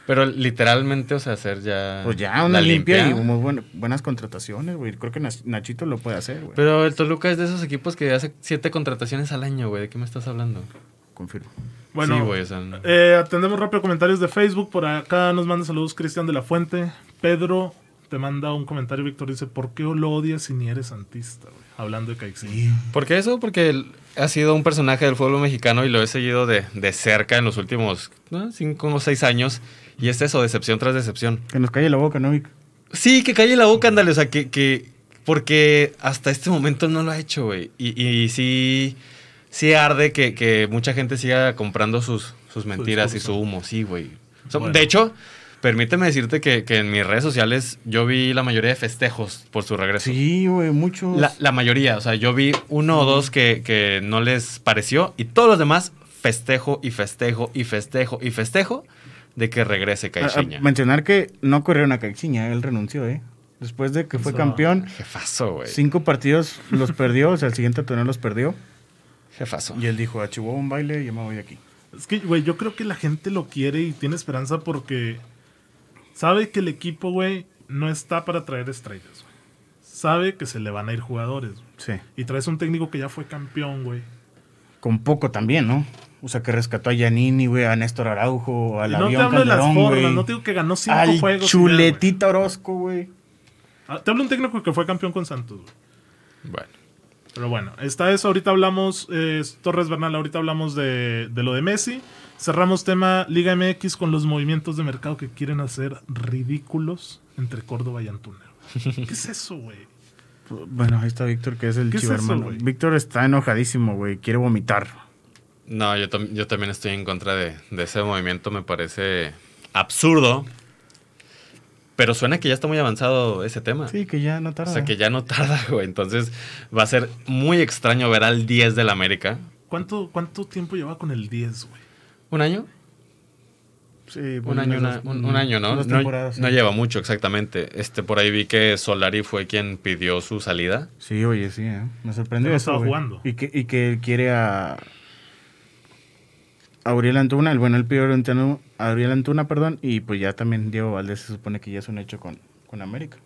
S2: Pero literalmente, o sea, hacer ya.
S3: Pues ya,
S2: Ah, la
S3: una limpia, y muy buen- buenas contrataciones, güey. Creo que Nach- Nachito lo puede hacer, güey.
S2: Pero el Toluca es de esos equipos que hace siete contrataciones al año, güey. ¿De qué me estás hablando?
S3: Confirmo.
S1: Bueno,
S2: sí, güey, o sea, no.
S1: Eh, atendemos rápido comentarios de Facebook. Por acá nos manda saludos Cristian de la Fuente. Pedro te manda un comentario. Víctor dice: ¿Por qué lo odias si ni eres santista, güey? Hablando de Caixinha.
S2: ¿Por qué eso? Porque él ha sido un personaje del fútbol mexicano y lo he seguido de, de cerca en los últimos ¿no? cinco o seis años. Y es eso, decepción tras decepción.
S3: Que nos calle la boca, ¿no, Vic?
S2: Sí, que calle la boca, ándale. O sea, que, que. Porque hasta este momento no lo ha hecho, güey. Y, y sí. Sí arde que, que mucha gente siga comprando sus, sus mentiras y su
S1: discurso.
S2: humo. Sí, güey. O sea,
S1: Bueno.
S2: De hecho, permíteme decirte que, que en mis redes sociales yo vi la mayoría de festejos por su regreso.
S3: Sí, güey, muchos.
S2: La, la mayoría, o sea, yo vi uno o dos que, que no les pareció y todos los demás festejo y festejo y festejo y festejo de que regrese
S3: A- a
S2: Caixinha.
S3: mencionar que no corrieron a Caixinha, él renunció, ¿eh? Después de que fue
S1: Eso-
S3: campeón,
S2: Jefazo, güey.
S3: cinco partidos los perdió, o sea, el siguiente torneo los perdió.
S2: Jefazo.
S3: Y él dijo, a Chihuahua un baile, yo me voy de aquí.
S1: Es que, güey, yo creo que la gente lo quiere y tiene esperanza porque sabe que el equipo, güey, no está para traer estrellas, güey. Sabe que se le van a ir jugadores. güey.
S3: Sí.
S1: Y traes un técnico que ya fue campeón, güey.
S3: Con poco también, ¿no? O sea, que rescató a Yanini, güey, a Néstor Araujo, a
S1: Y
S3: la
S1: No te hablo de las formas, no te digo que ganó cinco
S3: Al
S1: juegos. y ya, güey.
S3: chuletita Orozco, güey.
S1: Ah, Te hablo de un técnico que fue campeón con Santos, güey.
S2: Bueno.
S1: Pero bueno, esta es, ahorita hablamos, eh, Torres Bernal, ahorita hablamos de, de lo de Messi. Cerramos tema Liga MX con los movimientos de mercado que quieren hacer ridículos entre Córdoba y Antuna. ¿Qué es eso, güey?
S3: Bueno, ahí está Víctor, que es el
S1: ¿Qué es
S3: chivo
S1: eso,
S3: hermano.
S1: güey?
S3: Víctor está enojadísimo, güey. Quiere vomitar.
S2: No, yo, tam- yo también estoy en contra de, de ese movimiento, me parece absurdo. Pero suena que ya está muy avanzado ese tema.
S3: Sí, que ya no
S2: o
S3: tarda.
S2: sea que ya no tarda, güey. Entonces va a ser muy extraño ver al 10 del América.
S1: ¿Cuánto, ¿Cuánto tiempo lleva con el 10, güey?
S2: ¿Un año?
S3: Sí,
S2: Un
S3: pues,
S2: año,
S3: unas
S2: una-
S3: dos-
S2: un, un año, ¿no?
S3: Dos
S2: No,
S3: temporadas, sí.
S2: no lleva mucho, exactamente. Este, por ahí vi que Solari fue quien pidió su salida.
S3: Sí, oye, sí, ¿eh? Me sorprendió
S1: Pero
S3: eso,
S1: estaba
S3: güey.
S1: jugando.
S3: Y que, y que él quiere a... a Uriel Antuna, el bueno, el pidió a Uriel Antuna- a Uriel Antuna, perdón, y pues ya también Diego Valdés se supone que ya es un hecho con, con América.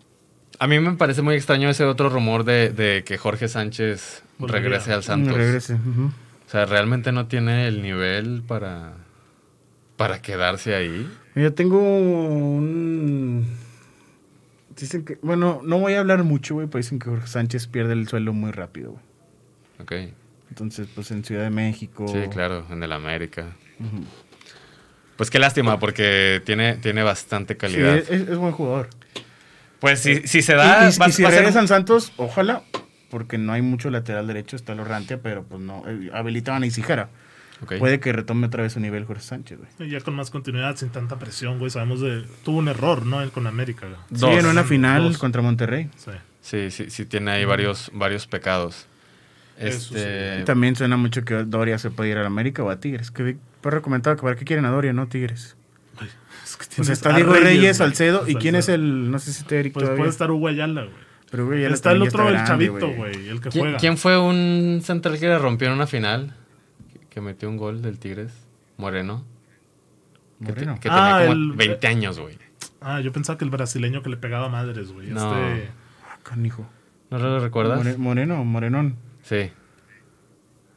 S2: A mí me parece muy extraño ese otro rumor de, de que Jorge Sánchez
S1: Volvería.
S2: regrese al Santos.
S3: Mm, Regrese. ujú.
S2: O sea, realmente no tiene el nivel para, para quedarse ahí.
S3: Yo tengo un... Dicen que... Bueno, no voy a hablar mucho, güey, pero dicen que Jorge Sánchez pierde el suelo muy rápido, güey.
S2: Ok.
S3: Entonces, pues en Ciudad de México...
S2: Sí, claro, en el América.
S3: Oh. Ujú.
S2: Pues qué lástima, porque tiene, tiene bastante
S3: Sí,
S2: calidad.
S3: es, es buen jugador.
S2: Pues si, si se da,
S3: y, y-
S2: va-
S3: y si
S2: va a ser-
S3: regresan Santos, ojalá, porque no hay mucho lateral derecho, está Lorrantia, pero pues no, eh, habilitaban a Isijara.
S2: Ok.
S3: Puede que retome otra vez su nivel Jorge Sánchez, güey.
S1: Y Ya con más continuidad, sin tanta presión, güey. Sabemos de. Tuvo un error, ¿no? Él con América, güey.
S2: Dos.
S3: Sí, en una final
S1: Dos.
S3: contra Monterrey.
S1: Sí.
S2: Sí, sí, sí tiene ahí varios, varios pecados.
S1: Eso
S2: Este,
S3: También suena mucho que Doria se puede ir al América o a Tigres. Que vi- fue recomendado que para qué quieren a Doria, no Tigres.
S1: Ay, es que
S3: O
S1: tienes
S3: sea, está
S1: a
S3: Diego Reyes,
S1: güey.
S3: Salcedo, ¿y quién es
S1: Salcedo.
S3: el, no sé si te Eric
S1: Pues
S3: todavía?
S1: puede estar Uguayala, güey.
S3: Pero, güey, ya
S1: Está el
S3: también ya
S1: otro, el
S3: grande,
S1: chavito, güey. El que
S2: ¿quién,
S1: juega.
S2: quién fue un central que le rompió en una final? Que- Que metió un gol del Tigres. Moreno. Que, te-
S3: Moreno.
S2: que
S1: Ah,
S2: tenía como
S1: el-
S2: 20 años, güey.
S1: Ah, yo pensaba que el brasileño que le pegaba madres, güey.
S2: No.
S1: Este.
S3: Ah, canijo.
S2: ¿No lo recuerdas?
S3: More- Moreno, Morenón.
S2: Sí.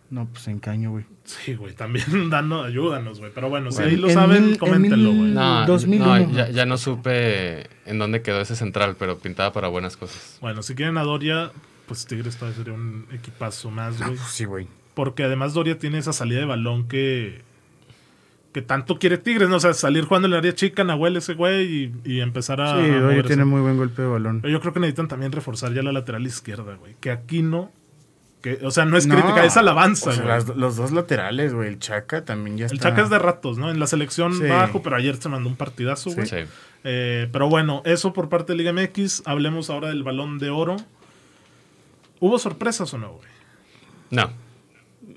S3: No, pues encaño, güey.
S1: Sí, güey. También dando, ayúdanos, güey. Pero bueno, si
S3: Bueno,
S1: ahí lo
S3: en mil-
S1: saben,
S3: en
S1: coméntenlo,
S3: mil-
S1: güey.
S2: No,
S3: 2001.
S2: no, ya, ya no supe en dónde quedó ese central, pero pintaba para buenas cosas.
S1: Bueno, si quieren a Doria, pues Tigres todavía sería un equipazo más, Ah, pues güey.
S3: Sí, güey.
S1: Porque además Doria tiene esa salida de balón que. Que tanto quiere Tigres, ¿no? O sea, salir jugando en el área chica, Nahuel, ese güey, y, y empezar a.
S3: Sí,
S1: a
S3: Doria
S1: moverse.
S3: tiene muy buen golpe de balón.
S1: Pero yo creo que necesitan también reforzar ya la lateral izquierda, güey. Que aquí no. Que, o sea, no es
S3: No,
S1: crítica, es alabanza,
S3: o sea,
S1: güey.
S3: las- los dos laterales, güey. El Chaca también ya
S1: El
S3: está.
S1: Chaca es de ratos, ¿no? En la selección
S3: Sí.
S1: bajo, pero ayer se mandó un partidazo, güey.
S2: Sí.
S1: Eh, pero bueno, eso por parte de Liga MX. Hablemos ahora del balón de oro. ¿Hubo sorpresas o no, güey?
S2: No.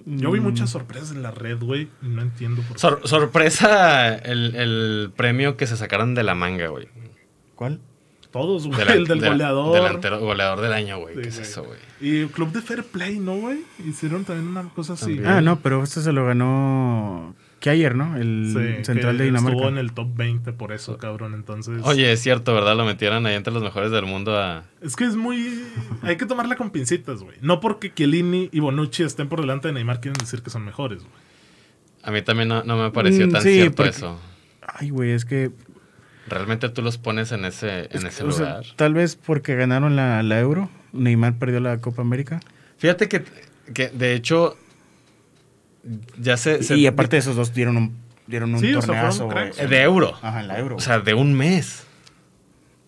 S3: Mm,
S1: Yo vi muchas sorpresas en la red, güey. y No entiendo por qué.
S2: Mm. Sor- sorpresa el, el premio que se sacaron de la manga, güey.
S3: ¿Cuál?
S1: Todos, güey.
S2: Delan-
S1: el del
S2: delan-
S1: goleador.
S2: Delantero, goleador del año, güey.
S1: Sí,
S2: ¿Qué es
S1: güey.
S2: eso, güey?
S1: Y el Club de Fair Play, ¿no, güey? Hicieron también una cosa así.
S2: También.
S3: Ah, no, pero este se lo ganó. Que ayer, ¿no? El
S1: Sí,
S3: central
S1: que
S3: de Dinamarca.
S1: Estuvo en el top 20 por eso, cabrón. Entonces.
S2: Oye, es cierto, ¿verdad? Lo metieron ahí entre los mejores del mundo a...
S1: Es que es muy. Hay que tomarla con pincitas, güey. No porque Chiellini y Bonucci estén por delante de Neymar quieren decir que son mejores, güey.
S2: A mí también no, no me pareció
S3: Mm,
S2: tan
S3: sí,
S2: cierto
S3: porque-
S2: eso.
S3: Ay, güey, es que.
S2: Realmente tú los pones en ese, en
S3: es
S2: ese
S3: que, o sea,
S2: lugar.
S3: tal vez porque ganaron la, la Euro. Neymar perdió la Copa América.
S2: Fíjate que, que, de hecho, ya se... se-
S3: y aparte de esos dos, dieron un, dieron un
S1: Sí, o sea,
S3: torneazo,
S1: fueron
S3: güey.
S1: cracks.
S2: De euro.
S3: Ajá, la Euro.
S2: O sea, de un mes.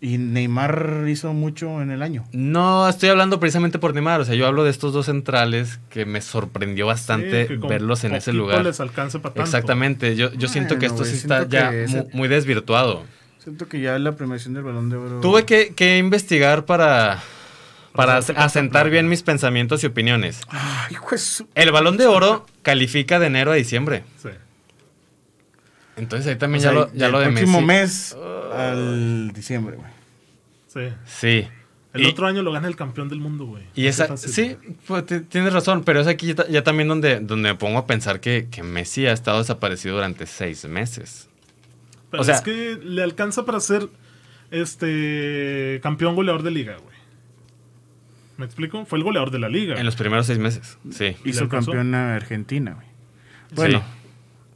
S3: y Neymar hizo mucho en el año.
S2: No estoy hablando precisamente por Neymar, o sea, yo hablo de estos dos centrales que me sorprendió bastante
S1: Sí, que con
S2: verlos en ese
S1: poquito
S2: lugar.
S1: les alcanza para tanto.
S2: Exactamente, yo, yo siento que
S3: Bueno,
S2: esto sí
S3: güey,
S2: está
S3: siento
S2: ya
S3: que
S2: mu-
S3: ese-
S2: muy, desvirtuado.
S3: Siento que ya la premiación del balón de oro.
S2: Tuve que, que investigar para, para
S1: Para
S2: asentar bien mis pensamientos y opiniones.
S3: Ay, hijo de su-
S2: El balón de oro califica de enero a diciembre.
S1: Sí.
S2: Entonces ahí también
S3: O sea,
S2: ya lo, ya
S3: del
S2: lo de
S3: próximo
S2: Messi.
S3: mes al diciembre, güey.
S1: Sí.
S2: Sí.
S1: El
S2: Y-
S1: otro año lo gana el campeón del mundo, güey. Así
S2: Y esa,
S1: fácil.
S2: sí, pues, ti- tienes razón, pero es aquí ya, ta- ya también donde, donde me pongo a pensar que, que Messi ha estado desaparecido durante seis meses.
S1: Pero
S2: o sea-
S1: es que le alcanza para ser este campeón goleador de liga, güey. ¿Me explico? Fue el goleador de la liga.
S2: En los primeros seis meses, sí.
S1: ¿Y le
S3: Hizo
S1: alcanzó?
S3: campeón a Argentina, güey. Bueno,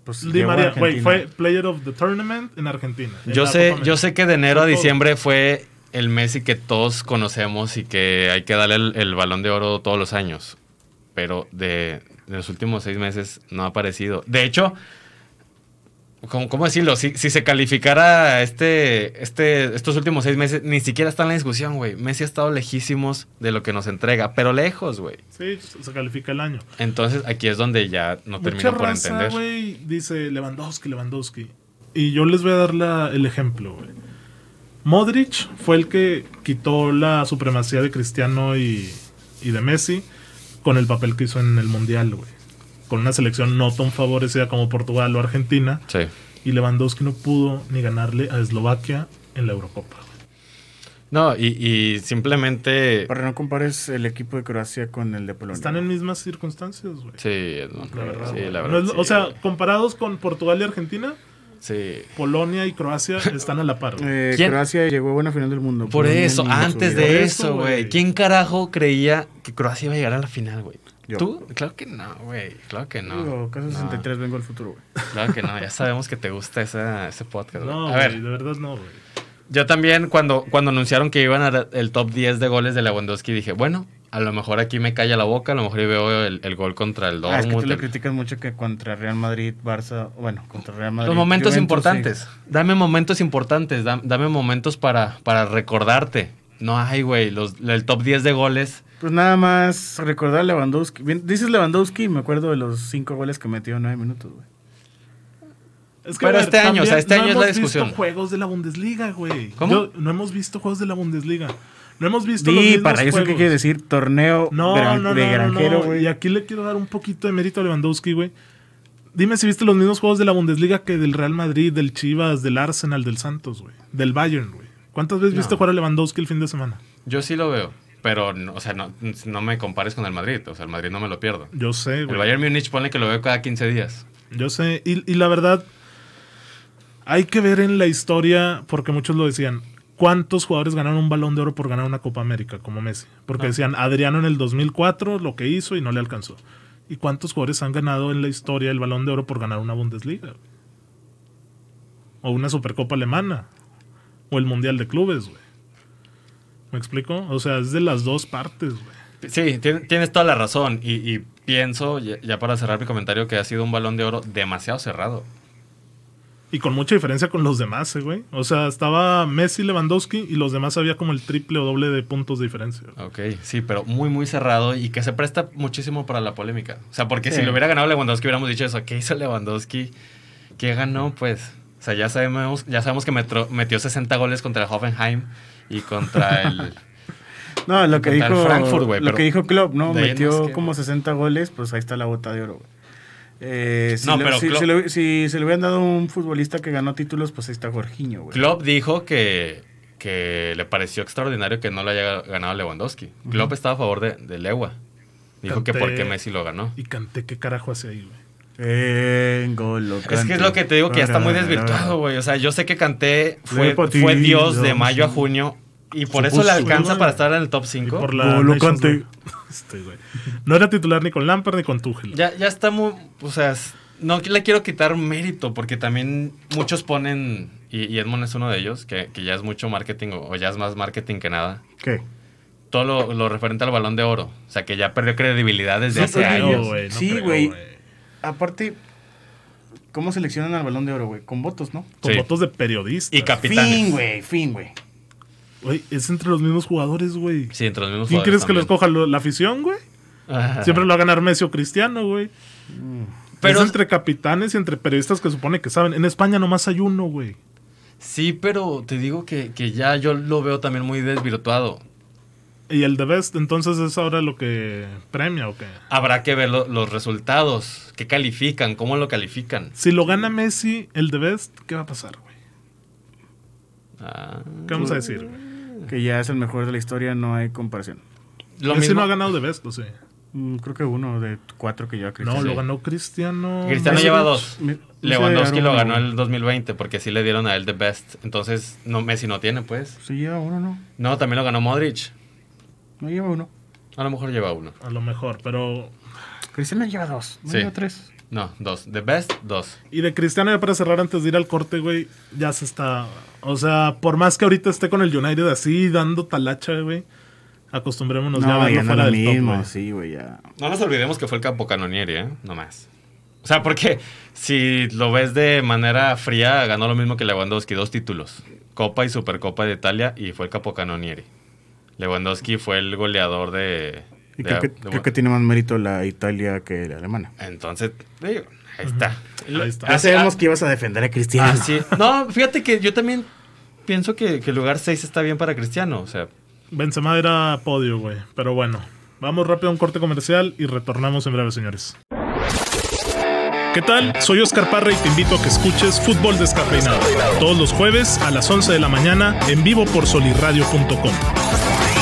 S3: pues
S1: Di
S3: llegó a
S1: María, güey,
S3: Argentina.
S1: fue player of the tournament en Argentina. en
S2: Yo
S1: la
S2: sé,
S1: Copa
S2: yo
S1: América.
S2: sé que de enero a
S1: Todo.
S2: diciembre fue el Messi que todos conocemos y que hay que darle el, el balón de oro todos los años. pero de, de los últimos seis meses no ha aparecido. De hecho, ¿cómo, cómo decirlo? Si, si se calificara este, este, estos últimos seis meses, ni siquiera está en la discusión, güey. Messi ha estado lejísimos de lo que nos entrega, pero lejos, güey.
S1: Sí, se califica el año.
S2: Entonces aquí es donde ya no
S1: Mucha
S2: termino por
S1: raza,
S2: entender.
S1: güey, dice Lewandowski, Lewandowski. Y yo les voy a dar la- el ejemplo, güey. Modric fue el que quitó la supremacía de Cristiano y, y de Messi con el papel que hizo en el Mundial, güey. Con una selección no tan favorecida como Portugal o Argentina.
S2: Sí.
S1: Y Lewandowski no pudo ni ganarle a Eslovaquia en la Eurocopa. güey.
S2: No, y, y simplemente...
S3: Para no compares el equipo de Croacia con el de Polonia.
S1: Están en mismas circunstancias, güey.
S2: Sí, Edmond.
S1: La verdad,
S2: sí,
S1: güey.
S2: la
S1: No
S2: verdad.
S1: es lo-
S2: sí,
S1: o sea,
S2: güey.
S1: comparados con Portugal y Argentina,
S2: sí.
S1: Polonia y Croacia están a la par. güey.
S3: Eh,
S2: ¿Quién?
S3: Croacia llegó a buena final del mundo.
S2: Por
S3: Polonia
S2: eso,
S3: ni
S2: antes
S3: subió.
S1: Por
S2: de
S1: eso,
S2: eso,
S1: güey.
S2: güey. ¿Quién carajo creía que Croacia iba a llegar a la final, güey?
S3: Yo.
S2: ¿Tú? Claro que no, güey. Claro que no.
S3: Digo, caso
S2: No,
S3: 63, vengo al futuro, güey.
S2: Claro que no. Ya sabemos que te gusta esa, ese podcast. güey.
S1: No,
S2: a ver,
S1: güey, de verdad no, güey.
S2: yo también cuando, cuando anunciaron que iban al top 10 de goles de Lewandowski dije, bueno, a lo mejor aquí me calla la boca, a lo mejor yo veo el, el gol contra el
S3: Ah, es que tú
S2: Dortmund.
S3: le
S2: el-
S3: criticas mucho que contra Real Madrid, Barça, bueno, contra Real Madrid.
S2: Los momentos
S3: Juventus,
S2: importantes.
S3: sí.
S2: Dame momentos importantes. da- dame momentos para, para recordarte. No hay, güey. los- El top 10 de goles.
S3: Pues nada más recordar a Lewandowski. Bien, dices Lewandowski y me acuerdo de los cinco goles que metió en nueve minutos, güey.
S1: Es
S2: Pero
S1: a
S2: este año, o sea, este año es la
S1: No hemos
S2: discusión.
S1: visto juegos de la Bundesliga, güey.
S2: ¿Cómo?
S1: Yo- no hemos visto juegos de la Bundesliga. No hemos visto los
S3: Y
S1: mismos
S3: para eso,
S1: juegos.
S3: ¿qué quiere decir? Torneo
S1: No,
S3: gran-
S1: no, no,
S3: de
S1: no,
S3: granjero,
S1: no.
S3: güey.
S1: Y aquí le quiero dar un poquito de mérito a Lewandowski, güey. Dime si viste los mismos juegos de la Bundesliga que del Real Madrid, del Chivas, del Arsenal, del Santos, güey. Del Bayern, güey. ¿Cuántas veces viste jugar a Lewandowski el fin de semana?
S2: Yo sí lo veo, pero no, o sea, no, no me compares con el Madrid, o sea, el Madrid no me lo pierdo.
S1: Yo sé,
S2: El
S1: güey.
S2: Bayern Múnich pone que lo veo cada 15 días.
S1: Yo sé, y, y la verdad, hay que ver en la historia, porque muchos lo decían, cuántos jugadores ganaron un balón de oro por ganar una Copa América, como Messi. Porque decían, Adriano en el 2004 lo que hizo y no le alcanzó. ¿Y cuántos jugadores han ganado en la historia el balón de oro por ganar una Bundesliga? güey? O una Supercopa Alemana. O el Mundial de Clubes, güey. ¿Me explico? O sea, es de las dos partes, güey.
S2: Sí, tien- tienes toda la razón y, y pienso, ya, ya para cerrar mi comentario, que ha sido un balón de oro demasiado cerrado.
S1: Y con mucha diferencia con los demás, eh, güey. O sea, estaba Messi, Lewandowski y los demás había como el triple o doble de puntos de diferencia.
S2: Ok, sí, pero muy, muy cerrado y que se presta muchísimo para la polémica. O sea, porque
S3: Sí.
S2: si lo hubiera ganado Lewandowski, hubiéramos dicho eso. ¿Qué hizo Lewandowski? ¿Qué ganó? Pues, o sea, ya sabemos, ya sabemos que metro- metió 60 goles contra el Hoffenheim y contra el...
S3: No, lo que
S2: Contra el
S3: dijo
S2: Frankfurt, güey,
S3: lo
S2: pero
S3: que dijo Klopp, ¿no?
S2: de ahí en
S3: Metió
S2: más que-
S3: como 60 goles, pues ahí está la bota de oro, güey. Eh, si
S2: No,
S3: le-
S2: pero
S3: si,
S2: Klopp-
S3: si le- si se le hubieran dado un futbolista que ganó títulos, pues ahí está Jorginho, güey.
S2: Klopp dijo que, que le pareció extraordinario que no lo haya ganado Lewandowski. Klopp estaba a favor de, de Lewa. Dijo que
S1: Kanté.
S2: porque Messi lo ganó.
S1: Y canté qué carajo hace ahí, güey.
S3: Eh, gol, lo
S2: Es que es lo que te digo que ya está muy desvirtuado, güey. O sea, yo sé que Kanté fue,
S3: Lepa,
S2: fue
S3: sí,
S2: Dios de
S3: no,
S2: mayo a
S3: sí.
S2: junio y por eso
S1: Supuso,
S2: le alcanza
S1: güey.
S2: para estar en el top
S1: Y
S2: 5.
S1: por la
S3: No, lo
S1: Nations
S3: canté.
S1: League. Este, güey. No era titular ni con Lampard ni con Tuchel.
S2: Ya, ya está muy. O sea, es- no le quiero quitar mérito porque también muchos ponen, y, y Edmond es uno de ellos, que, que ya es mucho marketing o- o ya es más marketing que nada.
S3: ¿Qué?
S2: todo lo, lo referente al balón de oro. O sea, que ya perdió credibilidad desde
S3: No,
S2: hace
S3: pues,
S2: años.
S3: no,
S1: güey, no
S3: Sí,
S1: creo,
S3: güey. Aparte, ¿cómo seleccionan al balón de oro, güey? Con votos, ¿no?
S1: Con
S2: Sí.
S1: votos de periodistas.
S2: Y capitanes.
S3: Fin, güey, fin, güey.
S1: Güey, es entre los mismos jugadores, güey.
S2: Sí, entre los mismos
S1: ¿Quién
S2: jugadores
S1: crees que lo escoja? ¿Lo- ¿La afición, güey?
S2: también. Ajá.
S1: Siempre lo va a ganar Messi o Cristiano, güey. Pero
S2: Pero-
S1: es entre capitanes y entre periodistas que supone que saben. En España nomás hay uno, güey.
S2: Sí, pero te digo que, que ya yo lo veo también muy desvirtuado.
S1: Y el de Best, entonces es ahora lo que premia o qué.
S2: Habrá que ver lo- los resultados. ¿Qué califican? ¿Cómo lo califican?
S1: Si lo gana Messi, el de Best, ¿qué va a pasar, güey?
S2: Ah,
S1: ¿Qué vamos
S3: Mm,
S1: a decir, güey?
S3: Que ya es el mejor de la historia, no hay comparación.
S2: lo
S1: Messi
S2: mismo.
S1: no ha ganado de Best, o sea.
S3: Mm, creo que uno de cuatro que lleva
S1: No,
S3: Cristiano.
S1: lo ganó Cristiano.
S2: Cristiano
S1: Messi-
S2: lleva dos.
S3: Me-
S2: Lewandowski
S3: Messi
S2: lo
S3: ganó
S2: ganó
S3: uno,
S2: el 2020 porque sí le dieron a él the best. Entonces, no, Messi no tiene, pues.
S3: Sí, lleva uno, ¿no?
S2: No, también lo ganó Modric.
S3: No lleva uno.
S2: A lo mejor lleva uno.
S1: A lo mejor, pero.
S3: Cristiano lleva dos. No
S2: Sí.
S3: lleva tres.
S2: No, dos. The best, dos.
S1: Y de Cristiano, ya para cerrar antes de ir al corte, güey, ya se está. O sea, por más que ahorita esté con el United así, dando talacha, güey. acostumbrémonos ya a
S3: No,
S1: verlo
S3: ya no
S1: fuera
S3: lo
S1: del top,
S3: mismo,
S1: güey.
S3: sí, güey, ya.
S2: No nos olvidemos que fue el capocannonieri, ¿eh? No más. O sea, porque si lo ves de manera fría, ganó lo mismo que Lewandowski, dos títulos. Copa y Supercopa de Italia y fue el capocannonieri. Lewandowski fue el goleador de...
S3: Y
S2: de-
S3: creo, que,
S2: de-
S3: creo que tiene más mérito la Italia que la alemana.
S2: Entonces, digo, ahí está.
S1: Ahí está.
S3: Ya sabemos que ibas a defender a Cristiano.
S2: Ah, sí. ah, No, fíjate que yo también pienso que, que el lugar 6 está bien para Cristiano. O sea,
S1: Benzema era podio, güey. Pero bueno, vamos rápido a un corte comercial y retornamos en breve, señores. ¿Qué tal? Soy Oscar Parra y te invito a que escuches Fútbol Descafeinado. Todos los jueves a las 11 de la mañana en vivo por solirradio.com.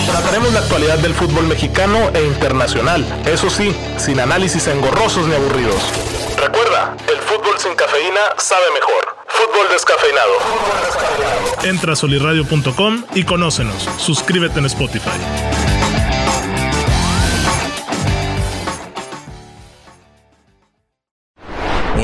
S4: Trataremos la actualidad del fútbol mexicano e internacional, eso sí, sin análisis engorrosos ni aburridos. Recuerda, el fútbol sin cafeína sabe mejor. Fútbol descafeinado.
S1: Entra a solirradio.com y conócenos. Suscríbete en Spotify.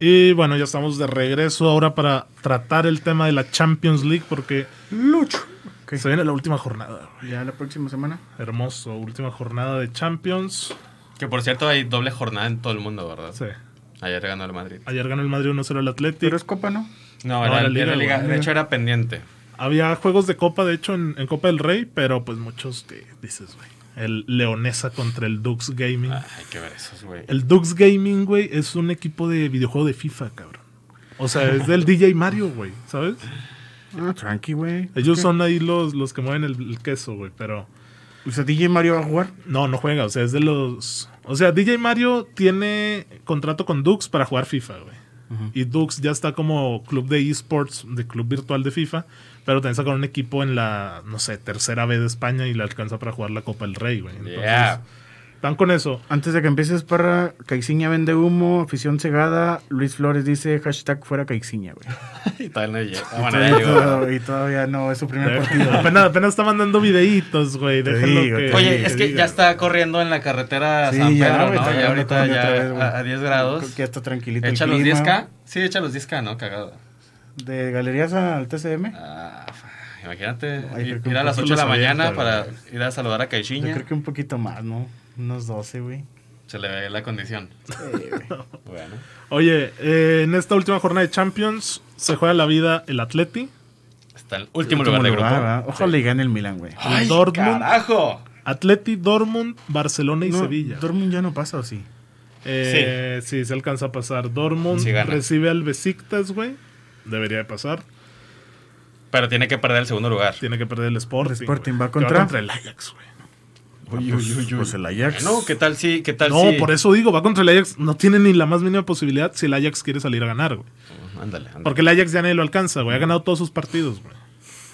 S1: Y bueno, ya estamos de regreso ahora para tratar el tema de la Champions League porque
S3: Ok.
S1: se viene la última jornada. güey.
S3: Ya la próxima semana.
S1: Hermoso, última jornada de Champions.
S2: que por cierto hay doble jornada en todo el mundo, ¿verdad?
S1: Sí.
S2: Ayer ganó el Madrid.
S1: Ayer ganó el Madrid 1-0 al Atlético.
S3: Pero es Copa, ¿no?
S2: No,
S1: era
S2: era,
S1: liga,
S2: era liga.
S1: güey.
S2: De hecho era pendiente.
S1: Había juegos de Copa, de hecho, en, en Copa del Rey, pero pues muchos que dices, güey. El Leonesa contra el Dux Gaming.
S2: Ah, Hay que ver esos, güey.
S1: El Dux Gaming, güey, es un equipo de videojuego de FIFA, cabrón. O sea, es del DJ Mario, güey, ¿sabes?
S3: Ah, tranqui, güey.
S1: Ellos
S3: Ok.
S1: son ahí los, los que mueven el, el queso, güey, pero...
S3: O sea, DJ Mario va a jugar.
S1: No, no juega, o sea, es de los... O sea, DJ Mario tiene contrato con Dux para jugar FIFA, güey. Y Dux ya está como club de esports, de club virtual de FIFA, pero también sacaron un equipo en la, no sé, tercera B de España y le alcanza para jugar la Copa del Rey, güey. Entonces,
S2: Yeah.
S1: están con eso.
S3: Antes de que empieces, Parra, Caixinha vende humo, afición cegada. Luis Flores dice hashtag fuera Caixinha, güey.
S2: Y tal no llega. Ah,
S3: Y
S2: bueno, ya
S3: todavía-
S2: llegó.
S3: y todavía no, es su primer partido.
S1: Eh, apenas, apenas está mandando videitos, güey.
S3: Te
S1: déjenlo
S3: digo,
S1: que-
S3: te
S2: Oye, es que
S1: diga.
S2: ya está corriendo en la carretera
S3: Sí,
S2: San Pedro,
S3: güey,
S2: ¿no?
S3: está
S2: Ya ahorita
S3: agarrando
S2: ya
S3: otra vez, güey.
S2: a, a 10 grados.
S3: Creo que ya está tranquilito. el
S2: Echa los
S3: clima.
S2: 10K. Sí, echa los 10K, ¿no? Cagado.
S3: De galerías al TCM.
S2: Ah, imagínate
S3: Ay, creo
S2: ir,
S3: que
S2: ir a
S3: un
S2: las
S1: poco
S2: 8 de la
S1: los avienta,
S2: mañana
S1: güey.
S2: para ir a saludar a
S3: Yo
S2: Caixinha.
S3: creo que un poquito más, ¿no? Unos 12, güey.
S2: Se le ve la condición. Bueno.
S1: Oye, eh, en esta última jornada de Champions se juega la vida el Atleti,
S2: Está en último, lugar de grupo.
S3: Ah, ¿verdad? Ojalá y gane el Milan, güey.
S2: ¡Ay,
S1: Dortmund.
S2: carajo!
S1: Atleti, Dortmund, Barcelona y
S3: No,
S1: Sevilla.
S3: Dortmund ya no pasa, ¿o sí?
S1: Eh, sí. se alcanza a pasar. Dortmund
S2: Sí gana.
S1: recibe al Besiktas, güey. Debería de pasar.
S2: Pero tiene que perder el segundo lugar.
S1: Tiene que perder el Sporting.
S3: El Sporting
S1: güey,
S3: va
S1: que
S3: contra-
S1: el Ajax, güey.
S3: pues, pues el Ajax.
S2: No, ¿qué tal si, qué tal
S1: No,
S2: si-
S1: por eso digo, va contra el Ajax. No tiene ni la más mínima posibilidad si el Ajax quiere salir a ganar, güey.
S2: Ándale, ándale.
S1: Porque el Ajax ya nadie lo alcanza, güey. Ha ganado todos sus partidos, güey.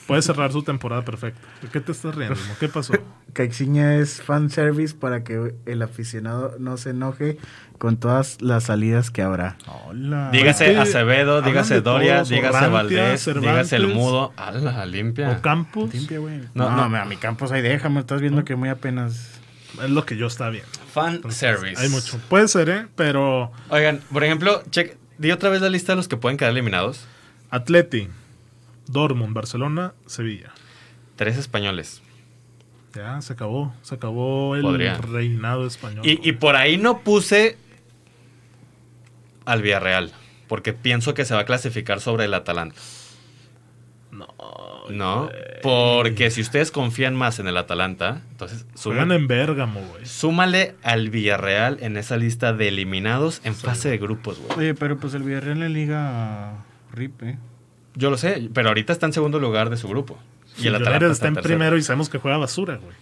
S1: Puede cerrar su temporada perfecta. ¿De qué te estás riendo? Mo? ¿Qué pasó?
S3: Caixinha es fanservice para que el aficionado no se enoje con todas las salidas que habrá.
S1: Hola.
S2: Dígase
S1: Es que
S2: Acevedo,
S1: hablan
S2: dígase
S1: de todos,
S2: Doria, dígase
S1: Orrantia,
S2: Valdés,
S1: Cervantes,
S2: dígase El Mudo. ¡Hala, limpia!
S1: O Campos.
S3: Limpia, güey.
S2: No,
S3: No,
S2: no.
S3: no, a mi campos ahí déjame, estás viendo que muy apenas.
S1: Es lo que yo está bien.
S2: Fan service.
S1: Hay mucho. Puede ser, ¿eh? Pero
S2: Oigan, por ejemplo, check, di otra vez la lista de los que pueden quedar eliminados.
S1: Atleti, Dortmund, Barcelona, Sevilla.
S2: Tres españoles.
S1: Ya, se acabó. Se acabó el
S2: Podría.
S1: reinado español.
S2: Y, y por ahí no puse al Villarreal, porque pienso que se va a clasificar sobre el Atalanta. No. No, porque si ustedes confían más en el Atalanta, entonces
S1: Juegan
S2: suman-
S1: en Bérgamo, güey.
S2: súmale al Villarreal en esa lista de eliminados en fase de grupos, güey.
S3: Oye, pero pues el Villarreal le liga RIP, ¿eh?
S2: Yo lo sé, pero ahorita está en segundo lugar de su grupo. Y el
S1: Millonarios
S2: Atalanta
S1: está en
S2: tercero.
S1: primero y sabemos que juega basura, güey.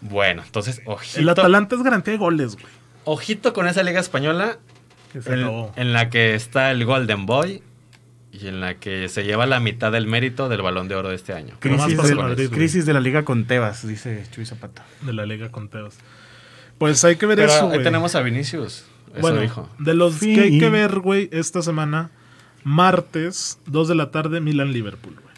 S2: Bueno, entonces,
S1: El
S2: ojito,
S1: Atalanta es garantía de goles, güey.
S2: ojito con esa liga española
S1: Que se
S2: en,
S1: acabó.
S2: en la que está el Golden Boy y en la que se lleva la mitad del mérito del Balón de Oro de este año.
S1: Que nomás
S3: Crisis,
S1: pasa
S3: del-
S1: el Madrid, güey.
S3: crisis de la liga con Tebas, dice Chuy Zapata.
S1: de la liga con Tebas. Pues hay que ver
S2: Pero
S1: eso,
S2: ahí
S1: güey.
S2: tenemos a Vinicius. Eso
S1: bueno,
S2: dijo.
S1: de los
S3: Sí.
S1: que hay que ver, güey, esta semana, martes, 2 de la tarde, Milan-Liverpool, güey.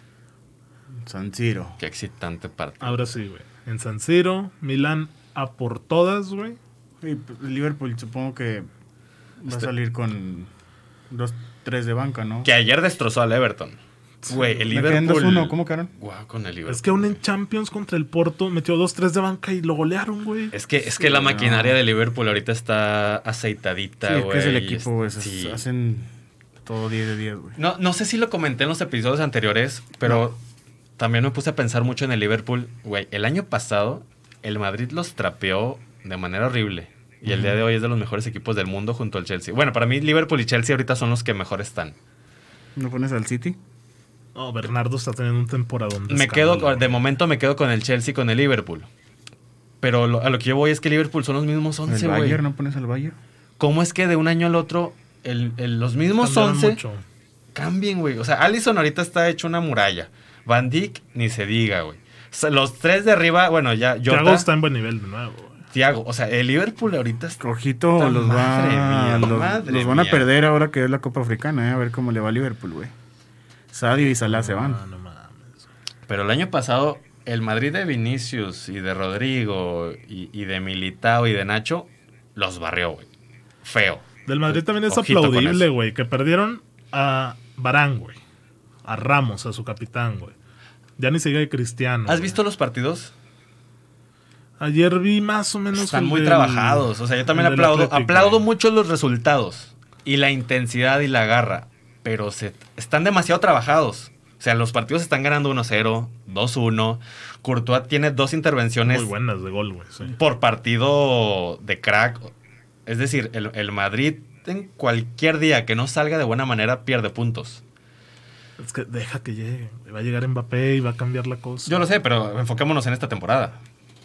S3: San Siro.
S2: Qué excitante parte.
S1: Ahora sí, güey. En San Siro, Milan a por todas, güey.
S3: Y pues, Liverpool supongo que va a salir con dos, tres de banca, ¿no?
S2: Que ayer destrozó al Everton. Güey, el
S3: Le quedan
S2: Liverpool.
S3: 2-1, ¿cómo quedaron?
S2: Guau, con el Liverpool.
S1: Es que aún en Champions contra el Porto metió 2-3 de banca y lo golearon, güey.
S2: Es que, es que la maquinaria de Liverpool ahorita está aceitadita,
S3: Sí,
S2: güey.
S3: es que es el
S2: y
S3: equipo, güey. se-
S2: sí.
S3: Hacen todo 10 de 10, güey.
S2: No, no sé si lo comenté en los episodios anteriores, pero también me puse a pensar mucho en el Liverpool. Güey, el año pasado el Madrid los trapeó de manera horrible. Y el día de hoy es de los mejores equipos del mundo junto al Chelsea. Bueno, para mí Liverpool y Chelsea ahorita son los que mejor están.
S3: ¿No pones al City?
S1: No, Bernardo está teniendo un temporadón. de
S2: Me quedo,
S1: escándalo,
S2: con- de
S1: güey.
S2: momento me quedo con el Chelsea y con el Liverpool. Pero lo- a lo que yo voy es que Liverpool son los mismos
S3: ¿Al
S2: 11, güey.
S3: Bayern? ¿No pones al Bayern?
S2: ¿Cómo es que de un año al otro el- el- los mismos
S1: Cambiaron
S2: 11
S1: mucho.
S2: cambien, güey. O sea, Allison ahorita está hecho una muralla. Van Dijk, ni se diga, güey. O sea, los tres de arriba, bueno, ya
S1: Thiago está
S2: Jota,
S1: en buen nivel de nuevo, güey.
S2: Thiago. O sea, el Liverpool ahorita está...
S3: Ojito,
S2: Puta
S3: los,
S2: madre
S3: va,
S2: mía,
S3: los,
S2: madre
S3: los van a
S2: mía.
S3: perder ahora que es la Copa Africana, ¿eh? a ver cómo le va a Liverpool, güey. Sadio y Salah se van.
S1: No, no mames.
S2: Pero el año pasado, el Madrid de Vinicius y de Rodrigo y, y de Militao y de Nacho, los barrió, güey. Feo.
S1: Del Madrid también es
S2: Ojito con
S1: aplaudible,
S2: eso.
S1: güey. Que perdieron a Barán, güey. A Ramos, a su capitán, güey. Ya ni sigue de Cristiano.
S2: ¿Has
S1: güey.
S2: visto los partidos?
S1: Ayer vi más o menos.
S2: Están
S1: el
S2: muy
S1: del-
S2: trabajados. O sea, yo también
S1: el del
S2: aplaudo.
S1: Athletic,
S2: aplaudo
S1: güey.
S2: mucho los resultados y la intensidad y la garra. Pero se, están demasiado trabajados. O sea, los partidos están ganando 1-0, 2-1. Courtois tiene dos intervenciones
S1: Muy buenas de gol, güey. sí.
S2: por partido de crack. Es decir, el, el Madrid en cualquier día que no salga de buena manera pierde puntos.
S1: Es que deja que llegue. güey. Va a llegar Mbappé y va a cambiar la cosa.
S2: Yo lo sé, pero enfoquémonos en esta temporada.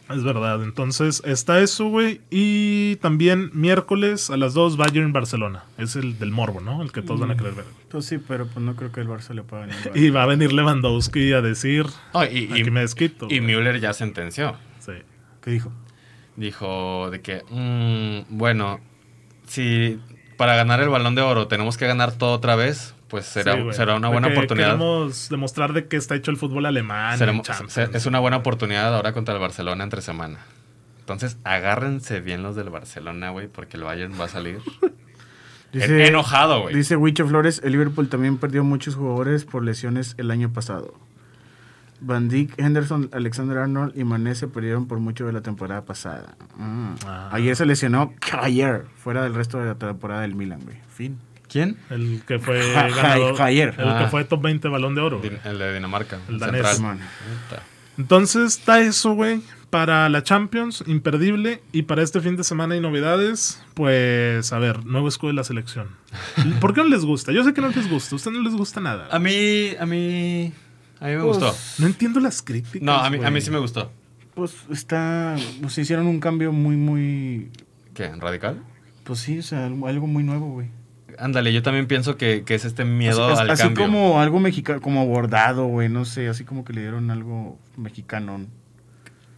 S1: Es verdad. Entonces, está eso, güey. Y también miércoles a las 2, Bayern Barcelona. Es el del morbo, ¿no? El que todos van a querer ver.
S2: Mm.
S3: Pues sí, pero pues no creo que el Barça le pueda ganar. al Bayern.
S1: Y va a venir Lewandowski a decir.
S2: Oh, y, y-
S1: Aquí me desquito.
S2: y
S1: güey.
S2: Müller ya sentenció.
S1: Sí.
S3: ¿Qué dijo?
S2: dijo de que, "Mm, bueno, si para ganar el balón de oro tenemos que ganar todo otra vez, pues será,
S1: Sí, güey.
S2: será una
S1: De
S2: buena
S1: que
S2: oportunidad.
S1: Queremos demostrar de que está hecho el fútbol alemán.
S2: Seremos-
S1: en Champions.
S2: se- es una buena oportunidad ahora contra el Barcelona entre semana. Entonces, agárrense bien los del Barcelona, güey, porque el Bayern va a salir en- enojado, güey.
S3: Dice Huicho Flores, el Liverpool también perdió muchos jugadores por lesiones el año pasado. Van Dijk, Henderson, Alexander Arnold y Mané se perdieron por mucho de la temporada pasada. Mm.
S1: Ah.
S3: Ayer se lesionó Ayer, fuera del resto de la temporada del Milan, güey. Fin.
S2: ¿Quién?
S1: El que fue
S3: Ja-
S1: ganador.
S3: Ja- Jair.
S1: El
S2: Ah.
S1: que fue top 20 balón de oro. güey.
S2: Din- el de Dinamarca.
S1: El danés.
S2: central.
S3: Man.
S2: Puta.
S1: Entonces está eso, güey. Para la Champions, imperdible. Y para este fin de semana hay novedades. Pues, a ver, nuevo escudo de la selección. ¿Por qué no les gusta? Yo sé que no les gusta. A ustedes no les gusta nada.
S2: A mí, a mí, a mí me gustó.
S1: No entiendo las críticas.
S2: No, a mí, a mí
S1: Pues, güey.
S2: sí me gustó.
S3: Pues está. Pues hicieron un cambio muy, muy.
S2: ¿Qué? ¿Radical?
S3: Pues sí, o sea, algo algo muy nuevo, güey.
S2: Ándale, yo también pienso que, que es este miedo
S3: así,
S2: al
S3: así
S2: cambio.
S3: como algo mexicano, como bordado, güey, no sé, así como que le dieron algo mexicano.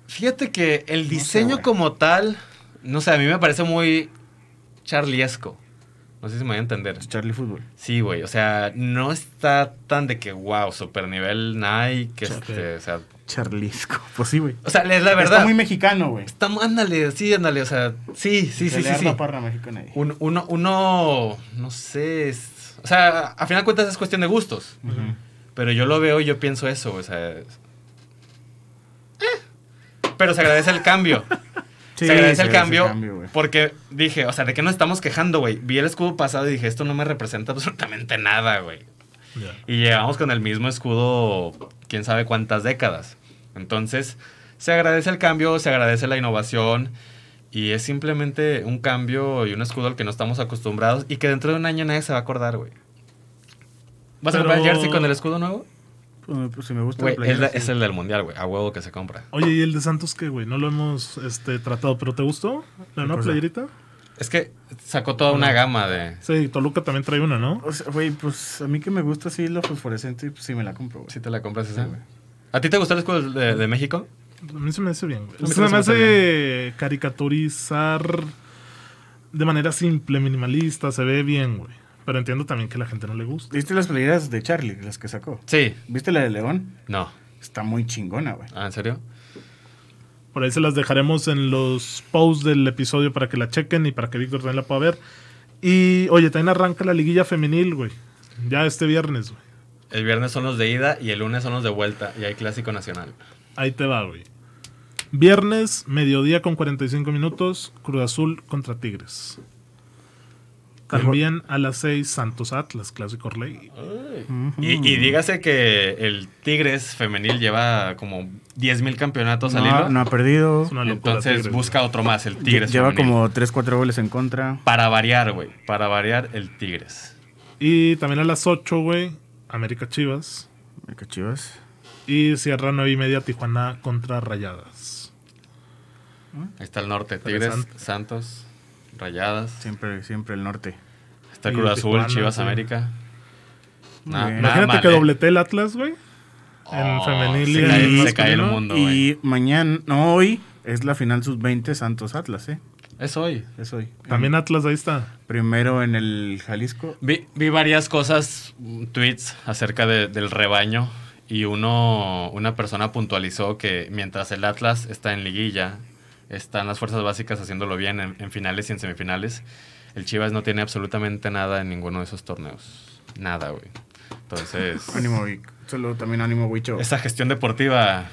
S2: Fíjate que el
S3: sé,
S2: diseño
S3: güey.
S2: como tal, no sé, a mí me parece muy charliesco. No sé si me voy a entender.
S3: Charlie Fútbol.
S2: Sí, güey, o sea, no está tan de que, wow, super nivel Nike, este, o sea,
S3: Charlisco. Pues sí, güey.
S2: o sea, es la verdad.
S3: Está muy mexicano, güey.
S2: Está- ándale, sí, ándale, o sea, sí, sí,
S3: Se
S2: sí,
S3: le
S2: sí,
S3: da
S2: sí.
S3: la parra mexicana ahí.
S2: Un- uno, uno, no sé, es- o sea, a final de cuentas es cuestión de gustos,
S3: Ujú.
S2: pero yo lo veo y yo pienso eso, o sea, es- eh, pero se agradece el cambio.
S3: Sí,
S2: se agradece el
S3: se
S2: cambio,
S3: güey.
S2: porque dije, o sea, ¿de qué nos estamos quejando, güey? Vi el escudo pasado y dije, esto no me representa absolutamente nada, güey.
S1: Ya.
S2: Y llevamos con el mismo escudo quién sabe cuántas décadas. Entonces, se agradece el cambio, se agradece la innovación y es simplemente un cambio y un escudo al que no estamos acostumbrados y que dentro de un año nadie se va a acordar, güey. ¿Vas a
S1: Pero-
S2: comprar el jersey con el escudo nuevo?
S3: Pues, pues, si me gusta
S2: Güey,
S3: la
S2: es,
S3: playera,
S2: la-
S3: sí.
S2: es el del mundial, güey. A huevo que se compra.
S1: Oye, ¿y el de Santos qué, güey? No lo hemos este, tratado, pero ¿te gustó? ¿La nueva
S3: cosa?
S1: playerita?
S2: Es que sacó toda una gama de...
S1: Sí, Toluca también trae una, ¿no?
S3: O sea, güey, pues a mí que me gusta así lo fosforescente, pues sí me la compro, güey.
S2: Si te la compras esa, güey. Ah. ¿A ti te gustó el escudo de, de México?
S1: A mí se me hace bien, güey.
S2: A mí
S1: Se me
S2: también se me
S1: hace caricaturizar de manera simple, minimalista, se ve bien, güey. Pero entiendo también que a la gente no le gusta.
S3: ¿Viste las playeras de Charlie, las que sacó?
S2: Sí.
S3: ¿Viste la de León?
S2: No.
S3: Está muy chingona, güey.
S2: Ah, ¿En serio?
S1: Por ahí se las dejaremos en los posts del episodio para que la chequen y para que Víctor también la pueda ver. Y, oye, también arranca la liguilla femenil, güey. Ya este viernes, güey.
S2: El viernes son los de ida y el lunes son los de vuelta y hay clásico nacional.
S1: Ahí te va, güey. Viernes, mediodía con 45 minutos, Cruz Azul contra Tigres. También a las 6, Santos Atlas, Clásico Orley.
S2: Y, y dígase que el Tigres femenil lleva como 10.000 campeonatos al
S3: No,
S2: hilo.
S3: ha- no ha perdido.
S1: Es una locura,
S2: Entonces
S1: Tigres,
S2: busca otro más, el Tigres
S3: Lleva
S2: femenil.
S3: como 3, 4 goles en contra.
S2: Para variar, güey. Para variar, el Tigres.
S1: güey. Y también a las 8, güey, América Chivas.
S3: Qué chivas.
S1: Y cierra 9 y media, Tijuana contra Rayadas.
S2: Ahí está el norte. Tigres,
S1: Interesante.
S2: Santos, Rayadas.
S3: Siempre, siempre el norte.
S2: Está
S1: Y
S2: Cruz Azul,
S1: Tijuana,
S2: Chivas,
S1: sí.
S2: América. Na-
S3: bien.
S2: nada
S1: Imagínate
S2: mal,
S1: que
S2: ¿eh?
S1: doblete el Atlas, güey. en
S2: Oh,
S1: femenil y
S2: se cae,
S1: en
S2: se cae el
S1: masculino.
S2: mundo, güey.
S3: y mañana, no, hoy es la final sub-20 Santos Atlas, ¿eh?
S2: Es hoy.
S3: Es hoy.
S1: También Atlas, ahí está.
S3: Primero en el Jalisco.
S2: Vi, vi varias cosas, mm, tweets acerca de- del rebaño y uno, una persona puntualizó que mientras el Atlas está en liguilla, están las fuerzas básicas haciéndolo bien en, en finales y en semifinales, el Chivas no tiene absolutamente nada en ninguno de esos torneos. Nada, güey. Entonces,
S3: Ánimo, Vic. Solo también ánimo, Wicho.
S2: esa gestión deportiva...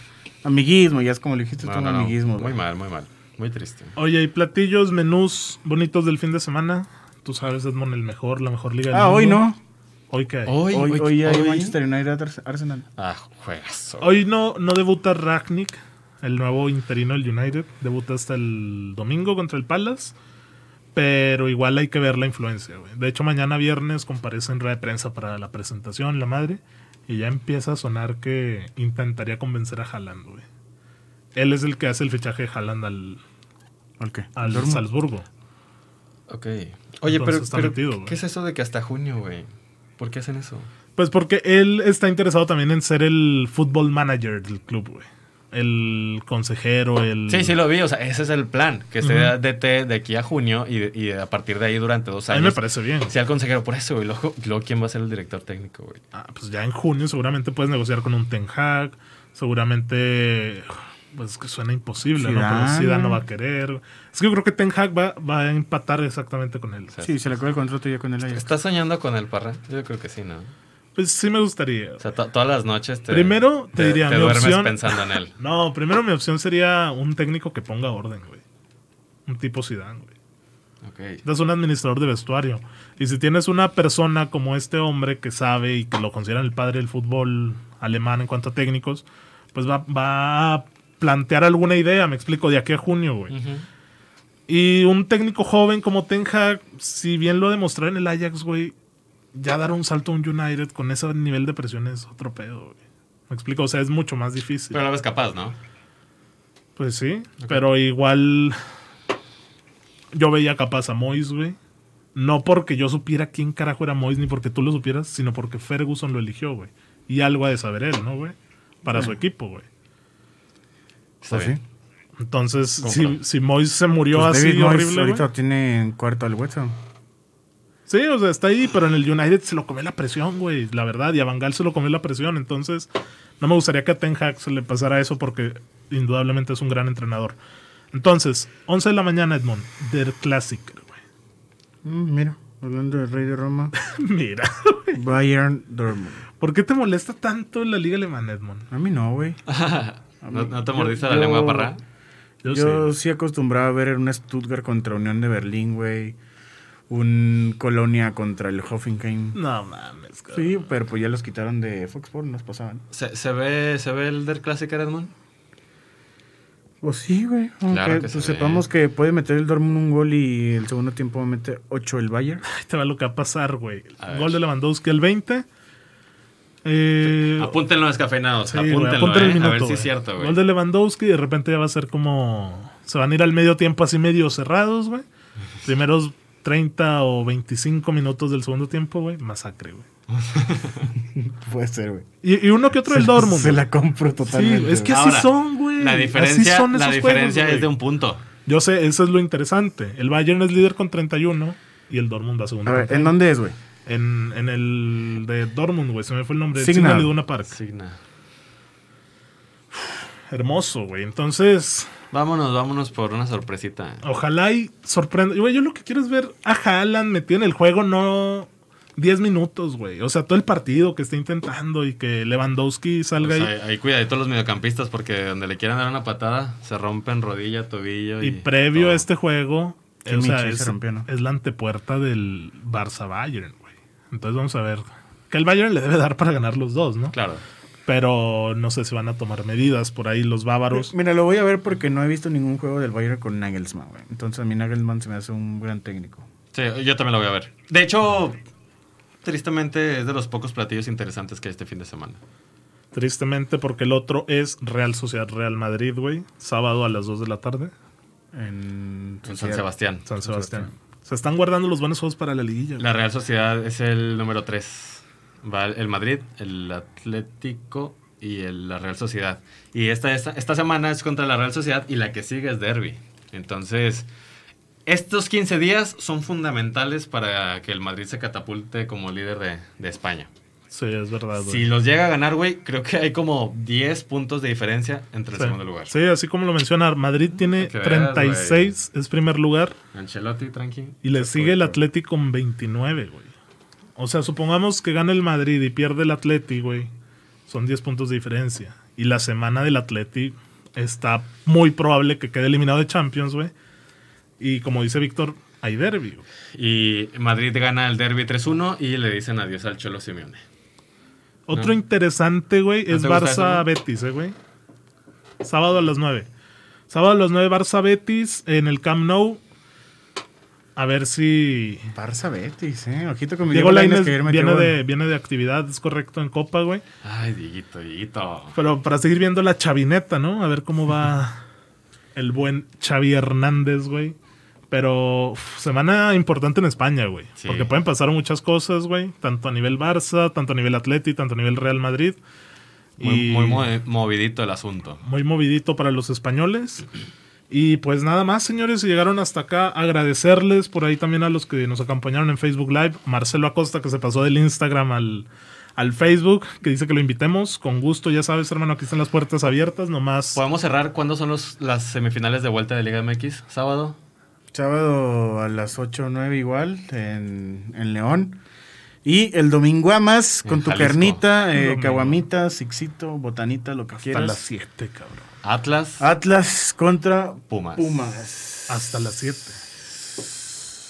S3: Amiguismo, ya es como le dijiste
S2: no,
S3: tú, un
S2: no, no.
S3: amiguismo.
S2: muy
S3: güey.
S2: mal, muy mal. Muy triste.
S1: Oye, y platillos, menús bonitos del fin de semana. Tú sabes, Edmond, el mejor, la mejor liga del
S3: Ah, hoy
S1: mundo.
S3: no.
S1: ¿Hoy qué hay?
S3: Hoy, hoy, hay Manchester United Ars- Arsenal.
S2: Ah, juegazo.
S1: Hoy no, no debuta Ragnick, el nuevo interino del United. Debuta hasta el domingo contra el Palace. Pero igual hay que ver la influencia, güey. De hecho, mañana viernes comparece en rueda de prensa para la presentación, la madre. Y ya empieza a sonar que intentaría convencer a Haaland, güey. Él es el que hace el fichaje de Haaland al,
S3: ¿Por qué?
S2: Ah,
S1: al Salzburgo.
S2: Ok. Oye,
S1: Entonces
S2: pero,
S1: está
S2: pero
S1: metido, güey.
S2: ¿qué es eso de que hasta junio, güey? ¿Por qué hacen eso?
S1: Pues porque él está interesado también en ser el football manager del club, güey. El consejero, el...
S2: Sí, sí lo vi, o sea, ese es el plan, que sea DT de aquí a junio y, y a partir de ahí durante dos
S1: A
S2: años.
S1: mí me parece bien.
S2: Sea el consejero por eso, güey. Luego, luego, ¿quién va a ser el director técnico, güey?
S1: Ah, pues ya en junio seguramente puedes negociar con un Ten Hag, seguramente pues es que suena imposible, ¿no? Pero
S3: Zidane.
S1: Zidane no va a querer. Es que yo creo que Ten Hag va, va a empatar exactamente con él.
S2: sea,
S3: Sí, se le acaba el contrato ya con el Ajax.
S2: ¿Estás soñando con el parra? Yo creo que sí, ¿no?
S1: Pues sí me gustaría.
S2: O sea, to- todas las noches te.
S1: Primero, te diría,
S2: Te
S1: mi
S2: duermes
S1: opción-
S2: pensando en él.
S1: No, primero mi opción sería un técnico que ponga orden, güey. Un tipo Zidane, güey.
S2: Ok.
S1: Necesitas un administrador de vestuario. Y si tienes una persona como este hombre que sabe y que lo consideran el padre del fútbol alemán en cuanto a técnicos, pues va, va a plantear alguna idea, me explico, de aquí a junio, güey. Y un técnico joven como Ten Hag, si bien lo demostró en el Ajax, güey, ya dar un salto a un United con ese nivel de presión es otro pedo, güey. Me explico, o sea, es mucho más difícil.
S2: Pero la ves capaz, ¿no?
S1: Pues sí, pero igual yo veía capaz a Mois, güey. No porque yo supiera quién carajo era Mois, ni porque tú lo supieras, sino porque Ferguson lo eligió, güey. Y algo ha de saber él, ¿no, güey? Para su equipo, güey.
S2: Está bien.
S1: Entonces, si, si Mois se murió
S3: Pues
S1: así
S3: David Moyes
S1: horrible, güey.
S3: ahorita tiene en cuarto al West Ham.
S1: Sí, o sea, está ahí, pero en el United se lo comió la presión, güey, la verdad, y a Van Gaal se lo comió la presión, entonces no me gustaría que a Ten Hag se le pasara eso porque indudablemente es un gran entrenador. Entonces, 11 de la mañana, Edmond, Der Klassiker, güey.
S3: Mm, mira, hablando del Rey de Roma,
S1: Mira,
S3: Bayern Dortmund.
S1: ¿por qué te molesta tanto la liga alemana, Edmond?
S3: A mí no, güey.
S2: Ah, ¿No, no te
S3: Yo-
S2: mordiste la
S3: yo-
S2: lengua, parra?
S1: Yo,
S3: Yo
S1: sí.
S3: sí acostumbraba a ver un Stuttgart contra Unión de Berlín, güey. Un Colonia contra el
S2: Mm.
S3: Hoffenheim.
S1: No mames, cabrón.
S3: Sí, pero pues ya los quitaron de Fox Sports, nos pasaban.
S2: ¿Se, se ve, ¿Se ve el Der Clásico, Edmond?
S3: Pues sí, güey. Aunque
S2: Claro que
S3: pues,
S2: se ve.
S3: sepamos que puede meter el Dortmund un gol y el segundo tiempo va a meter 8 el Bayern.
S1: Ahí te va lo que va a pasar, güey.
S2: A ver.
S1: Gol de Lewandowski el 20. Eh,
S2: Apúntenlo descafeinados,
S1: Sí, güey,
S2: apúntenlo,
S1: apunta el
S2: eh,
S1: minuto,
S2: a ver si
S1: güey.
S2: es cierto, güey.
S1: Gol de Lewandowski y de repente ya va a ser como. Se van a ir al medio tiempo así medio cerrados, güey. Primeros 30 o 25 minutos del segundo tiempo, güey. Masacre, güey.
S3: Puede ser, güey.
S1: Y, y uno que otro del
S3: Se-
S1: Dortmund.
S3: Se
S1: güey.
S3: la compro totalmente.
S1: Sí, es que
S3: güey.
S1: así
S2: Ahora,
S1: son, güey.
S2: La
S1: Así
S2: diferencia,
S1: son
S2: la
S1: esos
S2: diferencia
S1: juegos,
S2: es de
S1: güey.
S2: un punto.
S1: Yo sé, eso es lo interesante. El Bayern es líder con 31 y el Dortmund va segundo.
S3: A ver,
S1: con
S3: ¿en
S1: 30.
S3: dónde es, güey?
S1: En, en el de Dortmund, güey. Se me fue el nombre.
S3: Signal.
S1: Signal Iduna Park.
S2: Signa.
S1: Hermoso, güey. Entonces,
S2: Vámonos, vámonos por una sorpresita.
S1: Ojalá y sorprenda. Güey, yo lo que quiero es ver a Haaland metido en el juego, no 10 minutos, güey. O sea, todo el partido que esté intentando y que Lewandowski salga
S2: Pues
S1: ahí
S2: ahí, ahí cuidadito los mediocampistas porque donde le quieran dar una patada se rompen rodilla, tobillo.
S1: y,
S2: Y,
S1: previo
S2: todo.
S1: a este juego,
S3: Que
S1: o sea,
S3: Michi se
S1: es,
S3: rompió, ¿no?
S1: es la antepuerta del Barça Bayern, güey. Entonces vamos a ver. Que el Bayern le debe dar para ganar los dos, ¿no?
S2: Claro.
S1: Pero no sé si van a tomar medidas por ahí los bávaros.
S3: Mira, lo voy a ver porque no he visto ningún juego del Bayern con Nagelsmann, güey. Entonces a mí Nagelsmann se me hace un gran técnico.
S2: Sí, yo también lo voy a ver. De hecho, tristemente es de los pocos platillos interesantes que hay este fin de semana.
S1: Tristemente, porque el otro es Real Sociedad Real Madrid, güey. Sábado a las 2 de la tarde.
S3: En,
S2: En San Sebastián.
S1: San Sebastián. Se están guardando los buenos juegos para la liguilla. güey.
S2: La Real Sociedad es el número 3. Va el- el Madrid, el Atlético y el- la Real Sociedad. Y esta, esta, esta semana es contra la Real Sociedad y la que sigue es Derby. Entonces, estos 15 días son fundamentales para que el Madrid se catapulte como líder de, de España.
S1: Sí, es verdad. güey.
S2: Si los llega a ganar, güey, creo que hay como 10 puntos de diferencia entre el
S1: Sí.
S2: segundo lugar.
S1: Sí, así como lo menciona, Madrid tiene
S2: Hay que ver,
S1: 36, es primer lugar,
S2: Ancelotti, tranqui.
S1: y le sigue el Atlético con 29, güey. O sea, supongamos que gana el Madrid y pierde el Atleti, güey. Son 10 puntos de diferencia. Y la semana del Atleti está muy probable que quede eliminado de Champions, güey. Y como dice Víctor, hay derby, güey.
S2: Y Madrid gana el Derby 3-1 y le dicen adiós al Cholo Simeone.
S1: Otro interesante, güey,
S2: ¿No
S1: es
S2: te gusta eso, no?
S1: Barça-Betis, eh, güey. Sábado a las 9. Sábado a las 9, Barça-Betis en el Camp Nou. A ver si...
S3: Barça Betis, eh. Ojito con mi
S1: Diego
S3: Lainez,
S1: Lainez
S3: que ayer metió
S1: viene
S3: gol.
S1: de, viene de actividad, es correcto, en Copa, güey.
S2: Ay, Dieguito, Dieguito.
S1: Pero para seguir viendo la chavineta, ¿no? A ver cómo va el buen Xavi Hernández, güey. Pero uf, semana importante en España, güey.
S2: Sí.
S1: Porque pueden pasar muchas cosas, güey. Tanto a nivel Barça, tanto a nivel Atleti, tanto a nivel Real Madrid.
S2: Muy,
S1: Y-
S2: muy mo- eh, movidito el asunto.
S1: muy movidito para los españoles. Y pues nada más, señores, si llegaron hasta acá, agradecerles por ahí también a los que nos acompañaron en Facebook Live. Marcelo Acosta, que se pasó del Instagram al, al Facebook, que dice que lo invitemos. Con gusto, ya sabes, hermano, aquí están las puertas abiertas, nomás.
S2: ¿Podemos cerrar cuándo son los, las semifinales de vuelta de Liga MX? ¿Sábado?
S3: Sábado a las 8 o 9 igual en, en León. Y el domingo a más
S2: En
S3: con tu
S2: Jalisco.
S3: carnita, eh,
S1: Domingo.
S3: caguamita, sixito, botanita, lo que
S1: hasta
S3: quieras.
S1: las 7, cabrón.
S2: Atlas,
S3: Ah, Atlas contra
S2: Pumas.
S3: Pumas.
S1: Hasta las 7.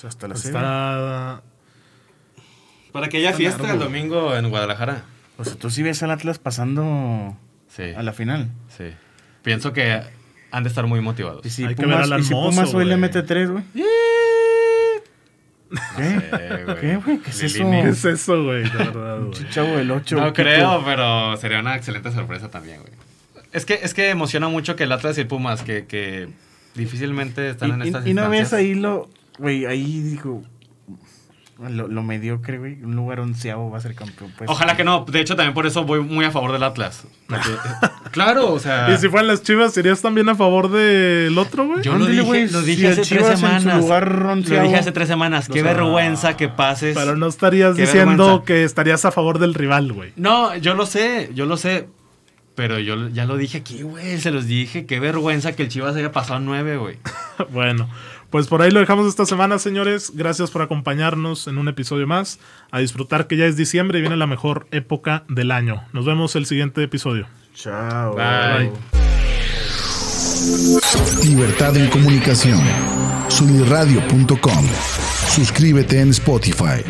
S3: Hasta las 7.
S1: Está.
S2: Para que haya fiesta el domingo en Guadalajara.
S3: O sea, tú sí ves al Atlas pasando
S2: Sí.
S3: a la final.
S2: Sí. Pienso que han de estar muy motivados.
S3: Y si
S1: Hay que ver
S3: Pumas,
S1: al
S3: y si
S1: Almozo,
S3: Pumas hoy le
S1: güey.
S3: mete 3, güey. ¿Qué?
S2: sé, güey.
S3: ¿Qué, güey? ¿Qué es eso?
S2: Lilini.
S1: ¿Qué es eso, güey? De verdad, güey.
S3: Pinche Chavo del 8.
S2: No creo, pero sería una excelente sorpresa también, güey. Es que, es que emociona mucho que el Atlas y el Pumas, que, que difícilmente están en
S3: Y,
S2: estas
S3: y- y no ves
S2: instancias.
S3: ahí lo. Güey, ahí dijo. Lo, lo mediocre, güey. Un lugar onceavo va a ser campeón. Pues,
S2: Ojalá que no. De hecho, también por eso voy muy a favor del Atlas. Porque- claro, o sea.
S1: Y si fueran las chivas, ¿serías también a favor del otro, güey?
S5: Yo lo
S3: Ándale,
S5: dije,
S3: güey,
S5: lo
S3: si
S5: dije
S3: el
S5: hace tres
S3: Chivas en su
S5: semanas.
S3: lugar
S5: lo
S3: onceavo.
S5: dije hace tres semanas. Qué vergüenza que pases.
S1: Pero no estarías
S5: Qué
S1: diciendo
S5: vergüenza.
S1: que estarías a favor del rival, güey.
S5: No, yo lo sé, yo lo sé. Pero yo ya lo dije aquí, güey. Se los dije. Qué vergüenza que el Chivas haya pasado nueve, güey.
S1: Bueno, pues por ahí lo dejamos esta semana, señores. Gracias por acompañarnos en un episodio más. A disfrutar que ya es diciembre y viene la mejor época del año. Nos vemos el siguiente episodio.
S3: Chao.
S2: Bye.
S6: Libertad en comunicación. Sunirradio.com. Suscríbete en Spotify.